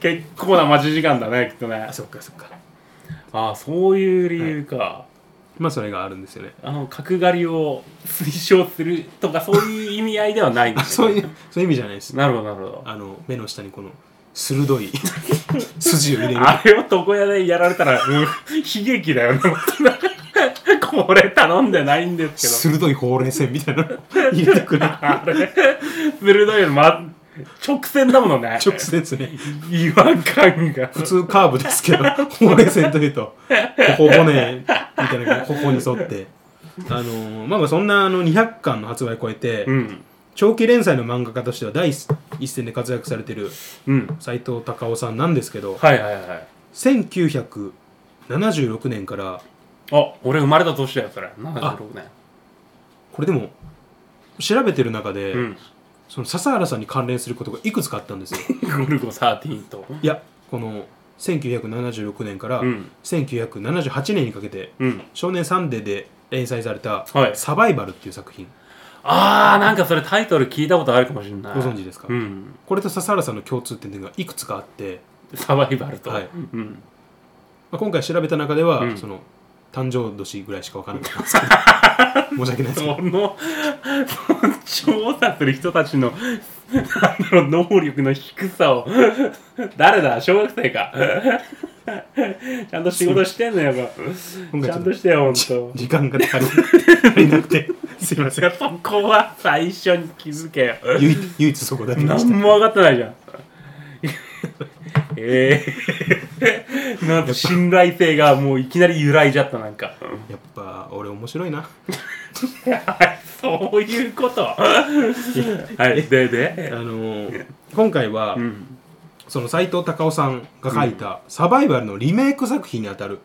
Speaker 2: 結構な待ち時間だねきっとね
Speaker 1: あそっかそっか
Speaker 2: ああそういう理由か、
Speaker 1: まあそれがあるんですよね
Speaker 2: あの角刈りを推奨するとかそういう意味合いではないんで
Speaker 1: あ
Speaker 2: すね
Speaker 1: そういうそういう意味じゃないです
Speaker 2: なるほどなるほど
Speaker 1: あの目の下にこの鋭 [LAUGHS] い筋を入れる
Speaker 2: あれを床屋でやられたら、うん、悲劇だよね。これ頼んでないんですけど。
Speaker 1: 鋭いほうれい線みたいなの入れてくれ [LAUGHS]
Speaker 2: あれ、鋭いの、ま、直線だものね。
Speaker 1: 直線ですね
Speaker 2: 違和感が。
Speaker 1: 普通カーブですけどほうれい線というとここ骨みたいなここに沿ってあのーまあまあそんなあの200巻の発売を超えて、
Speaker 2: うん。長
Speaker 1: 長期連載の漫画家としては第一線で活躍されてる
Speaker 2: うん。
Speaker 1: 斎藤隆夫さんなんですけど、
Speaker 2: はいはいはい。
Speaker 1: 1976年から
Speaker 2: あ、俺生まれた年だよ、それ。76年。
Speaker 1: これでも調べてる中で、
Speaker 2: うん。
Speaker 1: その笹原さんに関連することがいくつかあったんですよ
Speaker 2: ゴルゴ13と。
Speaker 1: いやこの1976年から
Speaker 2: うん
Speaker 1: 1978年にかけて
Speaker 2: うん。
Speaker 1: 「少年サンデー」で連載された
Speaker 2: は
Speaker 1: 「
Speaker 2: い
Speaker 1: サバイバル」っていう作品
Speaker 2: あー、なんかそれタイトル聞いたことあるかもしれない。
Speaker 1: ご存知ですか
Speaker 2: うん。
Speaker 1: これと笹原さんの共通点がいくつかあって、
Speaker 2: サバイバルと。
Speaker 1: はい
Speaker 2: うん。
Speaker 1: まあ、今回調べた中では、
Speaker 2: うん
Speaker 1: その誕生年ぐらいしか分から
Speaker 2: [LAUGHS]
Speaker 1: なかったんですけど申し訳ないですけど
Speaker 2: その調査する人たちのあの能力の低さを誰だ小学生かちゃんと仕事してんのよやっぱ
Speaker 1: 今回ちょ
Speaker 2: ち
Speaker 1: っ
Speaker 2: ゃん
Speaker 1: と
Speaker 2: としてよほんと
Speaker 1: 時間が
Speaker 2: [LAUGHS]
Speaker 1: 足り足りなくてすいません
Speaker 2: そこは最初に気づけよ
Speaker 1: 唯一唯一そこだけで
Speaker 2: 何
Speaker 1: した
Speaker 2: も分かってないじ [LAUGHS] ゃんええなんか信頼性がもういきなり揺らいじゃったなんか
Speaker 1: やっぱ俺面白いな
Speaker 2: そういうこと [LAUGHS] はいで
Speaker 1: あ
Speaker 2: で
Speaker 1: のー今回は、
Speaker 2: うん
Speaker 1: その斎藤隆夫さんが書いたサバイバルのリメイク作品にあたる、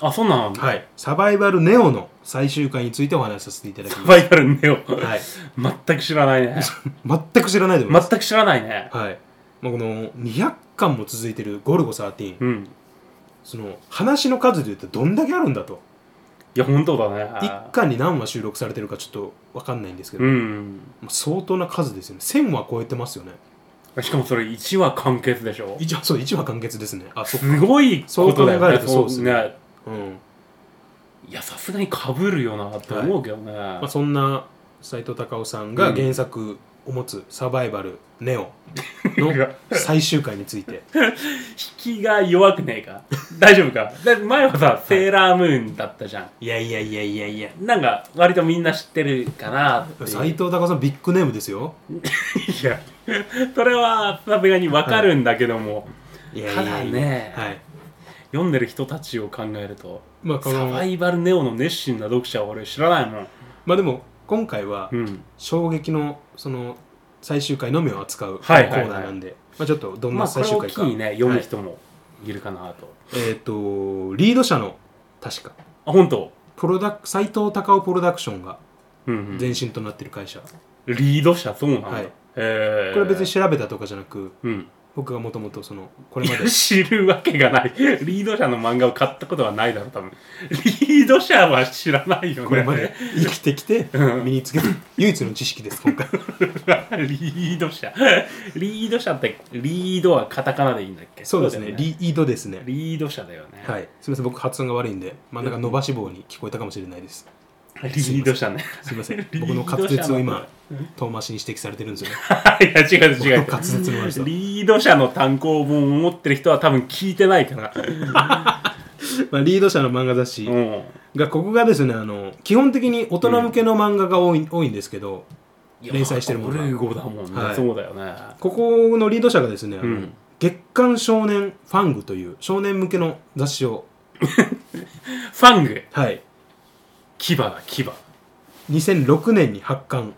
Speaker 2: あ、そうなの
Speaker 1: はい、サバイバルネオの最終回についてお話しさせていただき
Speaker 2: サ
Speaker 1: ます
Speaker 2: バイバルネオ。
Speaker 1: はい
Speaker 2: 全く知らないね。
Speaker 1: 全く知らないでます、
Speaker 2: 全く知らないね。
Speaker 1: はいまあ、この200巻も続いてる「ゴルゴ13」
Speaker 2: うん。
Speaker 1: その話の数で言うとどんだけあるんだと
Speaker 2: いや、本当だね。
Speaker 1: 1巻に何話収録されてるかちょっと分かんないんですけど、
Speaker 2: うん。
Speaker 1: まあ相当な数ですよね1000話超えてますよね
Speaker 2: しかもそれ1話完結でしょ
Speaker 1: 一話 [LAUGHS] そう一話完結ですねあそっか
Speaker 2: すごいことだ
Speaker 1: そ
Speaker 2: よね。
Speaker 1: う考えるとそうですね
Speaker 2: ね。
Speaker 1: うん
Speaker 2: いや、さすがに被るよなって思うけどね。
Speaker 1: まあ、そんな斎藤隆夫さんが原作を持つ「サバイバルネオ」 [LAUGHS] の最終回について
Speaker 2: 引きが弱くねえか。 [LAUGHS] 大丈夫か。だって前はさ、セーラームーンだったじゃ
Speaker 1: いやいやいやいやいや
Speaker 2: ん。なんか、割とみんな知ってるかなっていう
Speaker 1: 斎藤隆夫さんビッグネームですよ
Speaker 2: いや、 [LAUGHS] それはさすがにわかるんだけども、
Speaker 1: いやい
Speaker 2: た
Speaker 1: や
Speaker 2: だ
Speaker 1: いや
Speaker 2: ね、
Speaker 1: はい
Speaker 2: 読んでる人たちを考えると、
Speaker 1: まあこ
Speaker 2: サ
Speaker 1: の
Speaker 2: バイバルネオの熱心な読者は俺知らないもん。
Speaker 1: まあでも今回は
Speaker 2: うん。
Speaker 1: 衝撃のその最終回のみを扱うコ
Speaker 2: はい
Speaker 1: ー
Speaker 2: はいはい
Speaker 1: ナーなんでまあちょっとどん
Speaker 2: ま
Speaker 1: な
Speaker 2: あ
Speaker 1: 最
Speaker 2: これ
Speaker 1: 終
Speaker 2: を
Speaker 1: 回
Speaker 2: 機
Speaker 1: か
Speaker 2: にね、読む
Speaker 1: はい
Speaker 2: 人もいるかなと。
Speaker 1: えっとリード社の確か
Speaker 2: あ、本当
Speaker 1: プロダク斎藤隆夫プロダクションが
Speaker 2: うんうん、
Speaker 1: 前身となってる会社こ
Speaker 2: リード者そうなんだ。
Speaker 1: はい
Speaker 2: えー、
Speaker 1: れは別に調べたとかじゃなく
Speaker 2: うん、
Speaker 1: 僕がもともとそのこ
Speaker 2: [LAUGHS]
Speaker 1: れまで
Speaker 2: 知るわけがない。リード者の漫画を買ったことはないだろう、多分。リード者は知らないよね。
Speaker 1: これまで生きてきて
Speaker 2: うん
Speaker 1: 身につけた唯一の知識です
Speaker 2: [LAUGHS]
Speaker 1: 今回
Speaker 2: [LAUGHS] リード者。リード者って、リードはカタカナでいいんだっけ
Speaker 1: そうです
Speaker 2: だ
Speaker 1: ね
Speaker 2: よ
Speaker 1: リードですね
Speaker 2: リード者だよね。
Speaker 1: はいすみません僕発音が悪いんで真ん中伸ばし棒に聞こえたかもしれないです
Speaker 2: リード者ね。
Speaker 1: すみません
Speaker 2: [LAUGHS] リード
Speaker 1: 僕
Speaker 2: 者
Speaker 1: の
Speaker 2: の
Speaker 1: 滑舌を今遠回しに指摘されてるんですよね [LAUGHS]
Speaker 2: いや、違う違う。
Speaker 1: 僕の滑舌の悪さ
Speaker 2: リード者の単行本を持ってる人は多分聞いてないから。
Speaker 1: まあリード社の漫画雑誌
Speaker 2: うん。
Speaker 1: がここがですねあの基本的に大人向けの漫画が多い多いんですけど連載してるも
Speaker 2: ん
Speaker 1: の
Speaker 2: ゴ
Speaker 1: が
Speaker 2: ルゴだもんね。
Speaker 1: はい
Speaker 2: そうだよね。
Speaker 1: ここのリード社がですね、あの
Speaker 2: うん
Speaker 1: 月刊少年ファングという少年向けの雑誌を、
Speaker 2: ファング。
Speaker 1: はい、
Speaker 2: 牙だ、牙。
Speaker 1: 2006年に発刊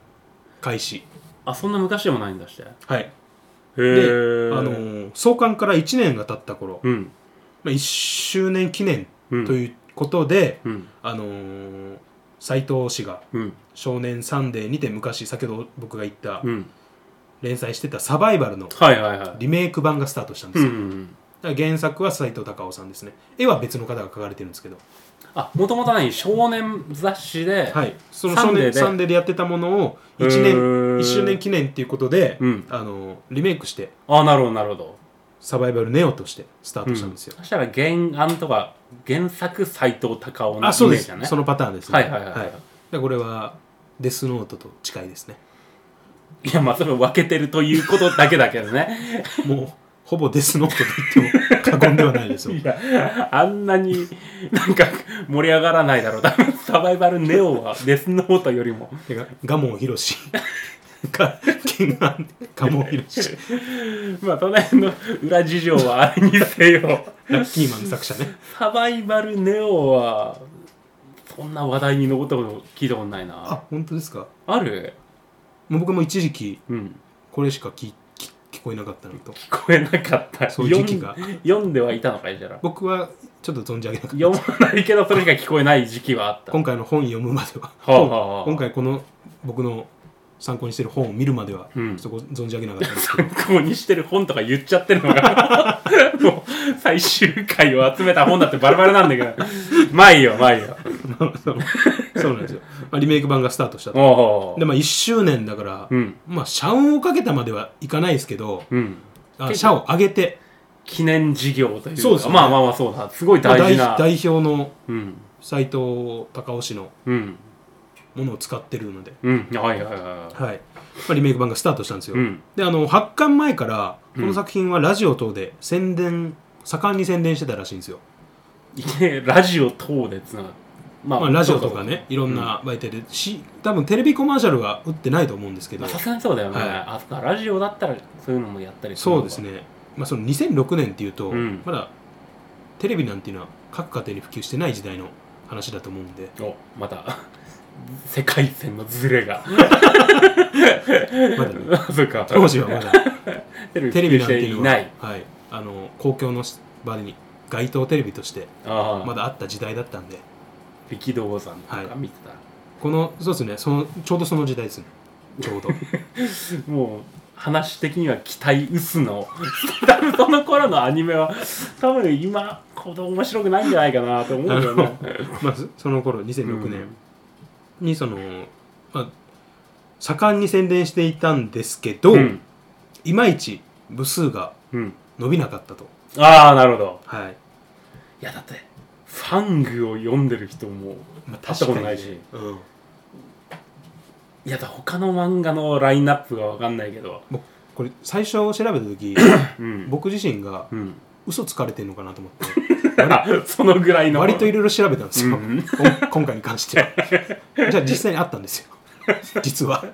Speaker 1: 開始、
Speaker 2: あ、そんな昔でもないんだして。へ
Speaker 1: はい、で、あ
Speaker 2: ー
Speaker 1: のー創刊から1年が経った頃、
Speaker 2: うん。
Speaker 1: まあ、1周年記念
Speaker 2: うん
Speaker 1: ということで、
Speaker 2: うん。
Speaker 1: あのー斉藤氏が
Speaker 2: うん。
Speaker 1: 「少年サンデー」にて昔先ほど僕が言った
Speaker 2: うん。
Speaker 1: 連載してた「サバイバル」の
Speaker 2: はいはいはい。
Speaker 1: リメイク版がスタートしたんで
Speaker 2: う
Speaker 1: す
Speaker 2: んう
Speaker 1: よ、
Speaker 2: ん
Speaker 1: だから原作は斎藤隆夫さんですね絵は別の方が描かれてるんですけど
Speaker 2: あもともと何少年雑誌で、
Speaker 1: はい、その
Speaker 2: サ
Speaker 1: サン
Speaker 2: ンデー
Speaker 1: デー
Speaker 2: で
Speaker 1: サンデーでやってたものを1
Speaker 2: へー
Speaker 1: 年1周年記念っていうことで、
Speaker 2: うん
Speaker 1: あのリメイクして
Speaker 2: あなるほどなるほど
Speaker 1: サバイバルネオとしてスタートしたんですよ、
Speaker 2: そしたら原案とか原作斎藤隆夫のイメ
Speaker 1: あそう
Speaker 2: ー
Speaker 1: で
Speaker 2: ジ
Speaker 1: す、
Speaker 2: だね
Speaker 1: そのパターンです
Speaker 2: はいはいはいはい
Speaker 1: でこれはデスノートと近いですね
Speaker 2: いやまあそれ分けてるということだけだけどね
Speaker 1: もうほぼデスノートと言っても過言ではないですよ
Speaker 2: いやあんなになんか盛り上がらないだろう多分サバイバルネオはデスノートよりも
Speaker 1: てか蒲生博士が原案蒲生博士
Speaker 2: まあその辺の裏事情はあれにせよ
Speaker 1: ラッキーマン作者ね
Speaker 2: サバイバルネオはそんな話題に上ったこと聞いたことないな
Speaker 1: あ本当ですか
Speaker 2: ある
Speaker 1: もう僕も一時期
Speaker 2: うん
Speaker 1: これしか聞聞聞こえなかったのと
Speaker 2: 聞こえなかった
Speaker 1: そう時期が
Speaker 2: 読ん読んではいたのかいじゃあ
Speaker 1: 僕はちょっと存じ上げなかった
Speaker 2: 読まないけどそれしか聞こえない時期はあった
Speaker 1: 今回の本読むまでは、
Speaker 2: あはあはあ
Speaker 1: 本今回この僕の参考にしてる本を見るまでは、
Speaker 2: うん
Speaker 1: そこ存じ上げなかったんですけど
Speaker 2: 参考にしてる本とか言っちゃってるのが [LAUGHS] もう最終回を集めた本だってバラバラなんだけどまあいいよまあいいよ
Speaker 1: まあそうそうなんですよ、まあ、リメイク版がスタートしたと
Speaker 2: おう
Speaker 1: でまあ1周年だから、
Speaker 2: うん
Speaker 1: まあ社運をかけたまではいかないですけど、
Speaker 2: うん
Speaker 1: あ社を上げて
Speaker 2: 記念事業というか
Speaker 1: そうですね
Speaker 2: まあまあまあそうだすごい大事な、
Speaker 1: まあ代代表の
Speaker 2: うん
Speaker 1: 斎藤隆夫氏の
Speaker 2: うん
Speaker 1: ものを使ってるので、
Speaker 2: うんはいはいはいは
Speaker 1: はいまあ、リメイク版がスタートしたんですよ、
Speaker 2: うん
Speaker 1: であの発刊前からこ
Speaker 2: う
Speaker 1: の
Speaker 2: ん
Speaker 1: 作品はラジオ等で宣伝盛んに宣伝してたらしいんですよ
Speaker 2: いいけラジオ等でつながるま
Speaker 1: まあ、ラジオとかねいろんな媒体で、し多分テレビコマーシャルは打ってないと思うんですけ
Speaker 2: ま
Speaker 1: ど
Speaker 2: あさすがにそうだよね、
Speaker 1: はい
Speaker 2: あそっかラジオだったらそういうのもやったりするの
Speaker 1: そう
Speaker 2: か
Speaker 1: ですね、まあ、その2006年っていうと、
Speaker 2: うん
Speaker 1: まだテレビなんていうのは各家庭に普及してない時代の話だと思うんで
Speaker 2: おまた世界線のズレが
Speaker 1: まだ
Speaker 2: [LAUGHS]
Speaker 1: ね
Speaker 2: そうか
Speaker 1: 当時はまだ
Speaker 2: [LAUGHS] テレビ
Speaker 1: テレビなんて
Speaker 2: して
Speaker 1: い
Speaker 2: いう
Speaker 1: のは
Speaker 2: ない
Speaker 1: はい、あの公共の場に街頭テレビとして
Speaker 2: ああ
Speaker 1: まだあった時代だったんで
Speaker 2: 力道山と
Speaker 1: は
Speaker 2: か
Speaker 1: い
Speaker 2: 見てた、
Speaker 1: このそうですねそのちょうどその時代ですねち
Speaker 2: [LAUGHS]
Speaker 1: ょうど
Speaker 2: もう話的には期待薄の多分その頃のアニメは多分今ほど面白くないんじゃないかなと思う
Speaker 1: あ
Speaker 2: よ
Speaker 1: の
Speaker 2: ね、
Speaker 1: まあ、そその頃2006
Speaker 2: う
Speaker 1: 年
Speaker 2: ん
Speaker 1: にその、まあ、盛んに宣伝していたんですけど、
Speaker 2: うん
Speaker 1: いまいち部数が
Speaker 2: うん、
Speaker 1: 伸びなかったと、
Speaker 2: ああなるほど
Speaker 1: はい
Speaker 2: いやだってファングを読んでる人も
Speaker 1: ま
Speaker 2: 会ったことないし
Speaker 1: 確かにね
Speaker 2: いやだ他の漫画のラインナップが分かんないけど
Speaker 1: うん、僕これ最初調べた
Speaker 2: [COUGHS]
Speaker 1: 時
Speaker 2: うん
Speaker 1: 僕自身が
Speaker 2: うん
Speaker 1: 嘘つかれてんのかなと思って
Speaker 2: あ [LAUGHS] そのぐらいの
Speaker 1: 割といろいろ調べたんですよ、
Speaker 2: うん
Speaker 1: こん [LAUGHS] 今回に関してはじゃあ実際にあったんですよ実
Speaker 2: [LAUGHS]
Speaker 1: は、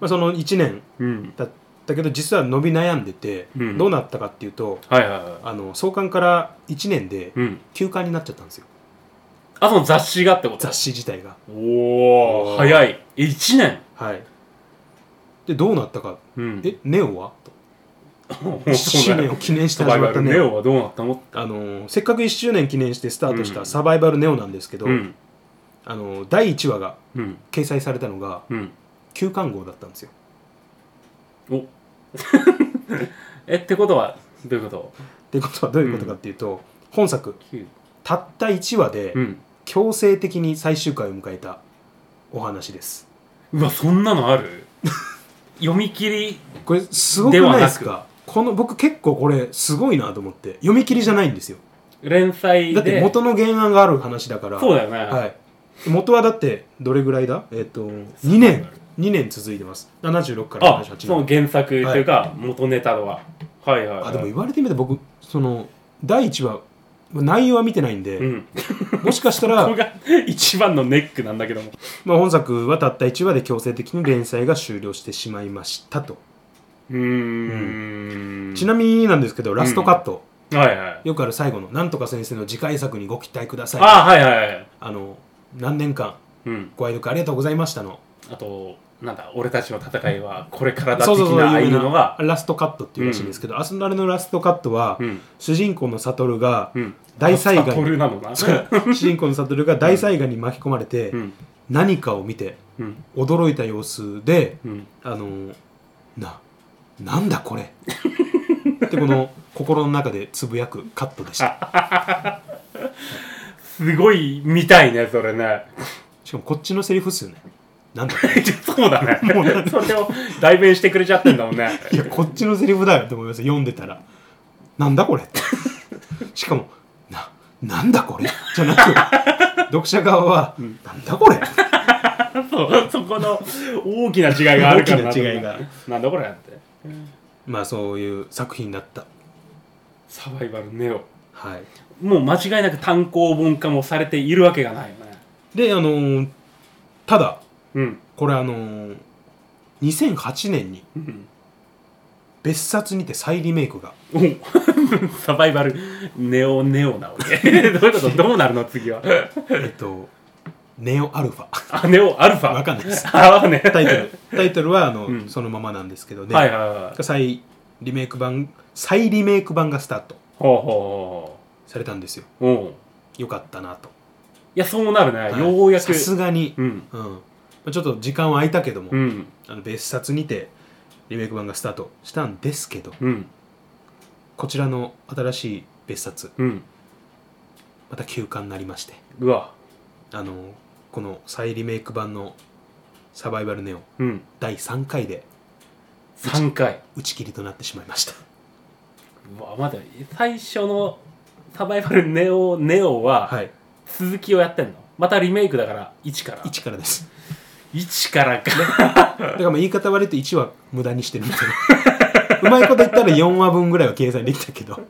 Speaker 1: まあ、その1年
Speaker 2: うん
Speaker 1: だったけど実は伸び悩んでて、
Speaker 2: うん
Speaker 1: どうなったかっていうと
Speaker 2: はいはいは
Speaker 1: あの創刊から1年で
Speaker 2: いうん
Speaker 1: 休刊になっちゃったんですよ
Speaker 2: あその雑誌がってこと
Speaker 1: 雑誌自体が
Speaker 2: お
Speaker 1: お
Speaker 2: お
Speaker 1: ー
Speaker 2: 早いえ1年
Speaker 1: はいでどうなったか
Speaker 2: [LAUGHS] うん
Speaker 1: えネオはと1
Speaker 2: そう
Speaker 1: 周
Speaker 2: だ
Speaker 1: 年を
Speaker 2: よ
Speaker 1: 記念して
Speaker 2: サバ
Speaker 1: 始
Speaker 2: イ
Speaker 1: ま
Speaker 2: バ
Speaker 1: った
Speaker 2: ル
Speaker 1: ネ
Speaker 2: ネ
Speaker 1: オ
Speaker 2: オはどうなったの
Speaker 1: あのーせっかく1周年記念してスタートし
Speaker 2: う
Speaker 1: た
Speaker 2: ん
Speaker 1: サバイバルネオなんですけど、
Speaker 2: うん
Speaker 1: あのー第1話が
Speaker 2: うん
Speaker 1: 掲載されたのが
Speaker 2: うん
Speaker 1: 休刊号だったんですよ
Speaker 2: お [LAUGHS] えってことはどういうこと
Speaker 1: ってことはどういうことかっていうと、本作
Speaker 2: 九
Speaker 1: たった1話で
Speaker 2: うん
Speaker 1: 強制的に最終回を迎えたお話です
Speaker 2: うわそんなの
Speaker 1: [LAUGHS]
Speaker 2: ある読み切り
Speaker 1: これすごく
Speaker 2: では
Speaker 1: な
Speaker 2: ないく
Speaker 1: ですかこの僕結構これすごいなと思って読み切りじゃないんですよ
Speaker 2: 連載で
Speaker 1: だって元の原案がある話だから
Speaker 2: そうだよね、
Speaker 1: はい、元はだってどれぐらいだえっ、と2年2年続いてます76から
Speaker 2: あ
Speaker 1: 78
Speaker 2: その
Speaker 1: 年
Speaker 2: 原作というか元ネタははいはい、
Speaker 1: あ
Speaker 2: はい、
Speaker 1: でも言われてみて僕その第1話内容は見てないんで、 [LAUGHS]
Speaker 2: うん、
Speaker 1: もしかした
Speaker 2: [LAUGHS] こ
Speaker 1: ら、
Speaker 2: こが一番のネックなんだけども
Speaker 1: まあ、本作はたった1話で強制的に連載が終了してしまいましたと、
Speaker 2: うーん
Speaker 1: ちなみになんですけどラストカット、
Speaker 2: はいはい
Speaker 1: よくある最後の「なんとか先生の次回作にご期待ください」あ
Speaker 2: あはいはいはい
Speaker 1: の何年間
Speaker 2: うん
Speaker 1: ご愛読ありがとうございましたの
Speaker 2: あとなんだ俺たちの戦いはこれからだ
Speaker 1: そうそ
Speaker 2: 的
Speaker 1: うそう
Speaker 2: なああい
Speaker 1: 有
Speaker 2: う
Speaker 1: 名
Speaker 2: のが
Speaker 1: ラストカットっていうらしいんですけど、アスナルのラストカットは、
Speaker 2: うん
Speaker 1: 主人公の悟が、
Speaker 2: うん
Speaker 1: 大災
Speaker 2: あサト
Speaker 1: 害
Speaker 2: ルなのな
Speaker 1: そう [LAUGHS] 主人公の悟が大災害に巻き込まれて、
Speaker 2: うん
Speaker 1: 何かを見て
Speaker 2: うん
Speaker 1: 驚いた様子で
Speaker 2: うん
Speaker 1: あのななんだこれってこの心の中でつぶやくカットで
Speaker 2: [LAUGHS]
Speaker 1: した
Speaker 2: すごい見たいねそれね
Speaker 1: しかもこっちのセリフっすよねなんだ
Speaker 2: [LAUGHS] そうだねそれを代弁してくれちゃってんだもんね
Speaker 1: いやこっちのセリフだよって思います読んでたらなんだこれってしかもななんだこれじゃなく読者側は、なんだこれ
Speaker 2: そうそこの大きな違いがあるから
Speaker 1: 大きな違いが
Speaker 2: なんだこれって
Speaker 1: まあそういう作品だった
Speaker 2: サバイバルネオ
Speaker 1: はい
Speaker 2: もう間違いなく単行本化もされているわけがないよね
Speaker 1: であのーただ
Speaker 2: うん
Speaker 1: これあのー2008年に
Speaker 2: うん
Speaker 1: 別冊にて再リメイクが
Speaker 2: お [LAUGHS] サバイバルネオネオなわ
Speaker 1: [LAUGHS]
Speaker 2: けどういうことどうなるの次は
Speaker 1: えっと「ネオアルファ」
Speaker 2: あネオアルファ
Speaker 1: わかんないです
Speaker 2: あわかんない
Speaker 1: タイトルタイトルはあの、
Speaker 2: うん
Speaker 1: そのままなんですけどね、
Speaker 2: はいはいはい
Speaker 1: 再リメイク版再リメイク版がスタート
Speaker 2: ほうほ
Speaker 1: されたんですよ
Speaker 2: うほうほううん
Speaker 1: よかったなと、
Speaker 2: いやそうなるね、
Speaker 1: はい
Speaker 2: ようや
Speaker 1: さ
Speaker 2: く
Speaker 1: すがに、
Speaker 2: うん
Speaker 1: うんまあちょっと時間は空いたけども、
Speaker 2: うん
Speaker 1: あの別冊にてリメイク版がスタートしたんですけど
Speaker 2: うん
Speaker 1: こちらの新しい別冊
Speaker 2: うん
Speaker 1: また休刊になりまして
Speaker 2: うわ
Speaker 1: あのこの再リメイク版の「サバイバルネオ
Speaker 2: うん」
Speaker 1: 第3回で
Speaker 2: 3回
Speaker 1: 打ち切りとなってしまいました
Speaker 2: うわまだ最初のサバイバルネオネオは、
Speaker 1: はい
Speaker 2: 続きをやってんのまたリメイクだから1から
Speaker 1: 1からです
Speaker 2: 1からか
Speaker 1: だからまあ言い方悪いと1は無駄にしてるみたいな
Speaker 2: [LAUGHS]
Speaker 1: うまいこと言ったら4話分ぐらいは計算できたけど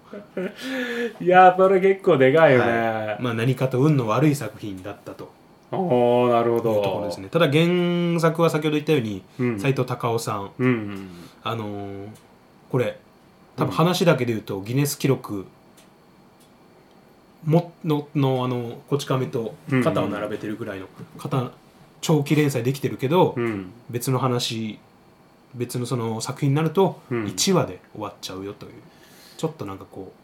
Speaker 2: [LAUGHS] いやーそれ結構でかいよね、
Speaker 1: はいまあ何かと運の悪い作品だったと
Speaker 2: おおなるほ
Speaker 1: いう
Speaker 2: ど
Speaker 1: ところですねただ原作は先ほど言ったように
Speaker 2: うん
Speaker 1: 斎、藤隆夫さん
Speaker 2: うんうん
Speaker 1: あのーこれ多分話だけで言うとギネス記録もののあのこち亀と肩を並べてるぐらいの肩長期連載できてるけど、
Speaker 2: うん
Speaker 1: 別の話別のその作品になると
Speaker 2: うん
Speaker 1: 1話で終わっちゃうよという、ちょっとなんかこ
Speaker 2: [LAUGHS]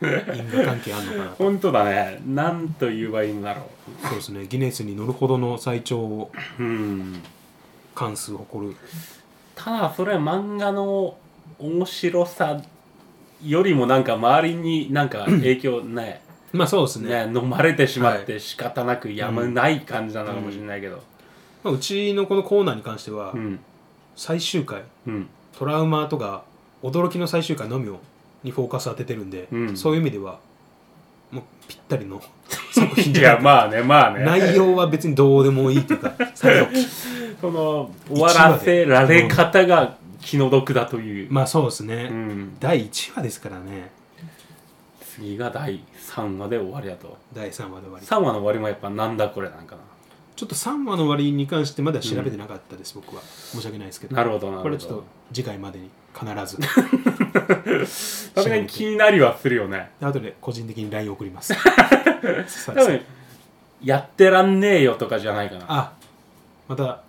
Speaker 1: う因果関係あるのかなと
Speaker 2: 本当だねなんと言えばいいんだろ
Speaker 1: そうですねギネスに乗るほどの最長
Speaker 2: ううん
Speaker 1: 関数を誇る
Speaker 2: ただそれは漫画の面白さよりもなんか周りになんか影響ね
Speaker 1: まあそうですね
Speaker 2: ね飲まれてしまって仕方なくやむない感じなのかもしれないけど
Speaker 1: まあうちのこのコーナーに関しては、
Speaker 2: うん
Speaker 1: 最終回
Speaker 2: うん
Speaker 1: トラウマとか驚きの最終回のみをにフォーカス当ててるんで、
Speaker 2: うん
Speaker 1: そういう意味ではもうぴったり
Speaker 2: [LAUGHS]
Speaker 1: の作品
Speaker 2: い
Speaker 1: じゃ
Speaker 2: や
Speaker 1: ない
Speaker 2: まあねまあね
Speaker 1: 内容は別にどうでもいいという
Speaker 2: [LAUGHS]
Speaker 1: かさておき
Speaker 2: その終わらせられ方が気の毒だという、
Speaker 1: まあそうですね、
Speaker 2: うん、
Speaker 1: 第1話ですからね
Speaker 2: 次が第3話で終わりだと
Speaker 1: 第3話の終わり
Speaker 2: 3話の終わりもやっぱなんだこれなんか
Speaker 1: ちょっと3話の終わりに関してまだ調べてなかったです、僕は申し訳ないですけど
Speaker 2: ななるほどなるほ
Speaker 1: これ
Speaker 2: ど
Speaker 1: ちょっと次回までに必
Speaker 2: [LAUGHS]
Speaker 1: ず
Speaker 2: さすがに気になりはするよね
Speaker 1: 後で個人的に LINE 送ります
Speaker 2: [LAUGHS] 多
Speaker 1: さあ
Speaker 2: 分やってらんねえよとかじゃないかな
Speaker 1: あまた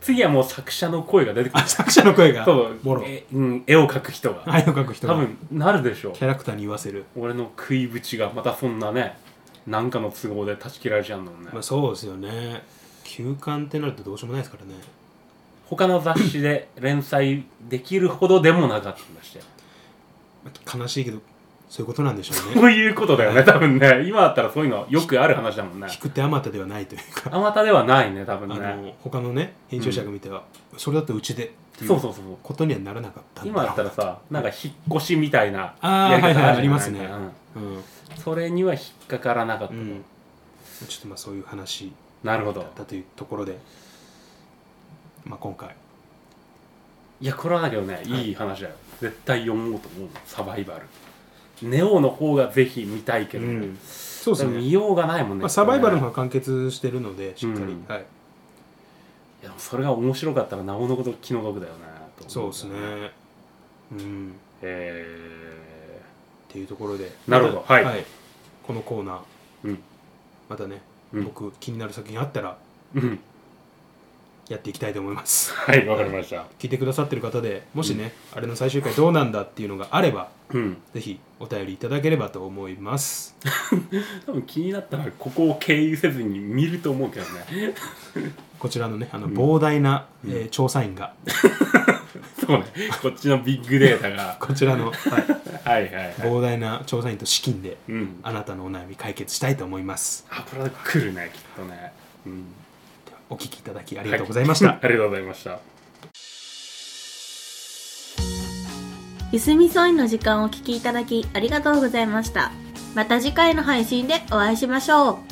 Speaker 2: 次はもう作者の声が出てくる
Speaker 1: あ作者の声が
Speaker 2: そう
Speaker 1: もろ
Speaker 2: えうん、絵を描く人が
Speaker 1: 愛を描く人
Speaker 2: 多
Speaker 1: が
Speaker 2: 分なるでしょう
Speaker 1: キャラクターに言わせる
Speaker 2: 俺の食いぶちがまたそんなねなんかの都合で断ち切られちゃうんだもんね、
Speaker 1: まあそうですよね休館ってなるとどうしようもないですからね
Speaker 2: 他の雑誌で連載できるほどでもなかったんだして
Speaker 1: まあ悲しいけどそういうことなんでしょ
Speaker 2: [LAUGHS]
Speaker 1: うね
Speaker 2: そういうことだよね、多分ね。今だったらそういうのよくある話だもんね。
Speaker 1: 引く手あまたではないというか
Speaker 2: あまたではないね、多
Speaker 1: あ
Speaker 2: 分ね。
Speaker 1: の他のね編集者が見ては、それだったらうちでってい
Speaker 2: そうそうそう。
Speaker 1: ことにはならなかったんだ
Speaker 2: 今だったらさ、なんか引っ越しみたいな
Speaker 1: あー
Speaker 2: やり方るじゃん
Speaker 1: はいはいありますね
Speaker 2: なんか
Speaker 1: うん、
Speaker 2: うんそれには引っかからなかった
Speaker 1: う
Speaker 2: と。
Speaker 1: ん、ちょっとまあそういう話
Speaker 2: なるほど。
Speaker 1: だというところで、まあ、今回
Speaker 2: いや、これはだけどね、いい話だよ。絶対読もうと思うのサバイバル。ネオの方がぜひ見たいけど、ね
Speaker 1: そうですね
Speaker 2: 見、ようがないもんね。
Speaker 1: まあ、サバイバルの方
Speaker 2: い
Speaker 1: が完結してるのでしっかり、
Speaker 2: うん
Speaker 1: はい、
Speaker 2: やそれが面白かったらなおのこと気の毒だよね。と
Speaker 1: そ
Speaker 2: 思
Speaker 1: うですね。うん
Speaker 2: え
Speaker 1: っていうところで
Speaker 2: なるほど
Speaker 1: また
Speaker 2: はい
Speaker 1: このコーナー
Speaker 2: ー、うん。
Speaker 1: またね、
Speaker 2: うん
Speaker 1: 僕気になる作品あったら
Speaker 2: うん。
Speaker 1: やっていきたいと思います
Speaker 2: はい、わかりました。
Speaker 1: 聞いてくださってる方でもしね、あれの最終回どうなんだっていうのがあれば
Speaker 2: うん。
Speaker 1: ぜひお便りいただければと思います
Speaker 2: 多分気になったらここを経由せずに見ると思うけどね
Speaker 1: こちらのねあの膨大な、えー調査員が
Speaker 2: [LAUGHS] そうねこっちのビッグデータが
Speaker 1: こちら
Speaker 2: [LAUGHS]
Speaker 1: の、はい、
Speaker 2: はいはいはい
Speaker 1: 膨大な調査員と資金で
Speaker 2: うん
Speaker 1: あなたのお悩み解決したいと思います
Speaker 2: 油が来るねきっとね、うん、
Speaker 1: ではお聞きいただきありがとうございました、
Speaker 2: はいありがとうございました
Speaker 3: ゆすみそいの時間をお聞きいただきありがとうございましたまた次回の配信でお会いしましょう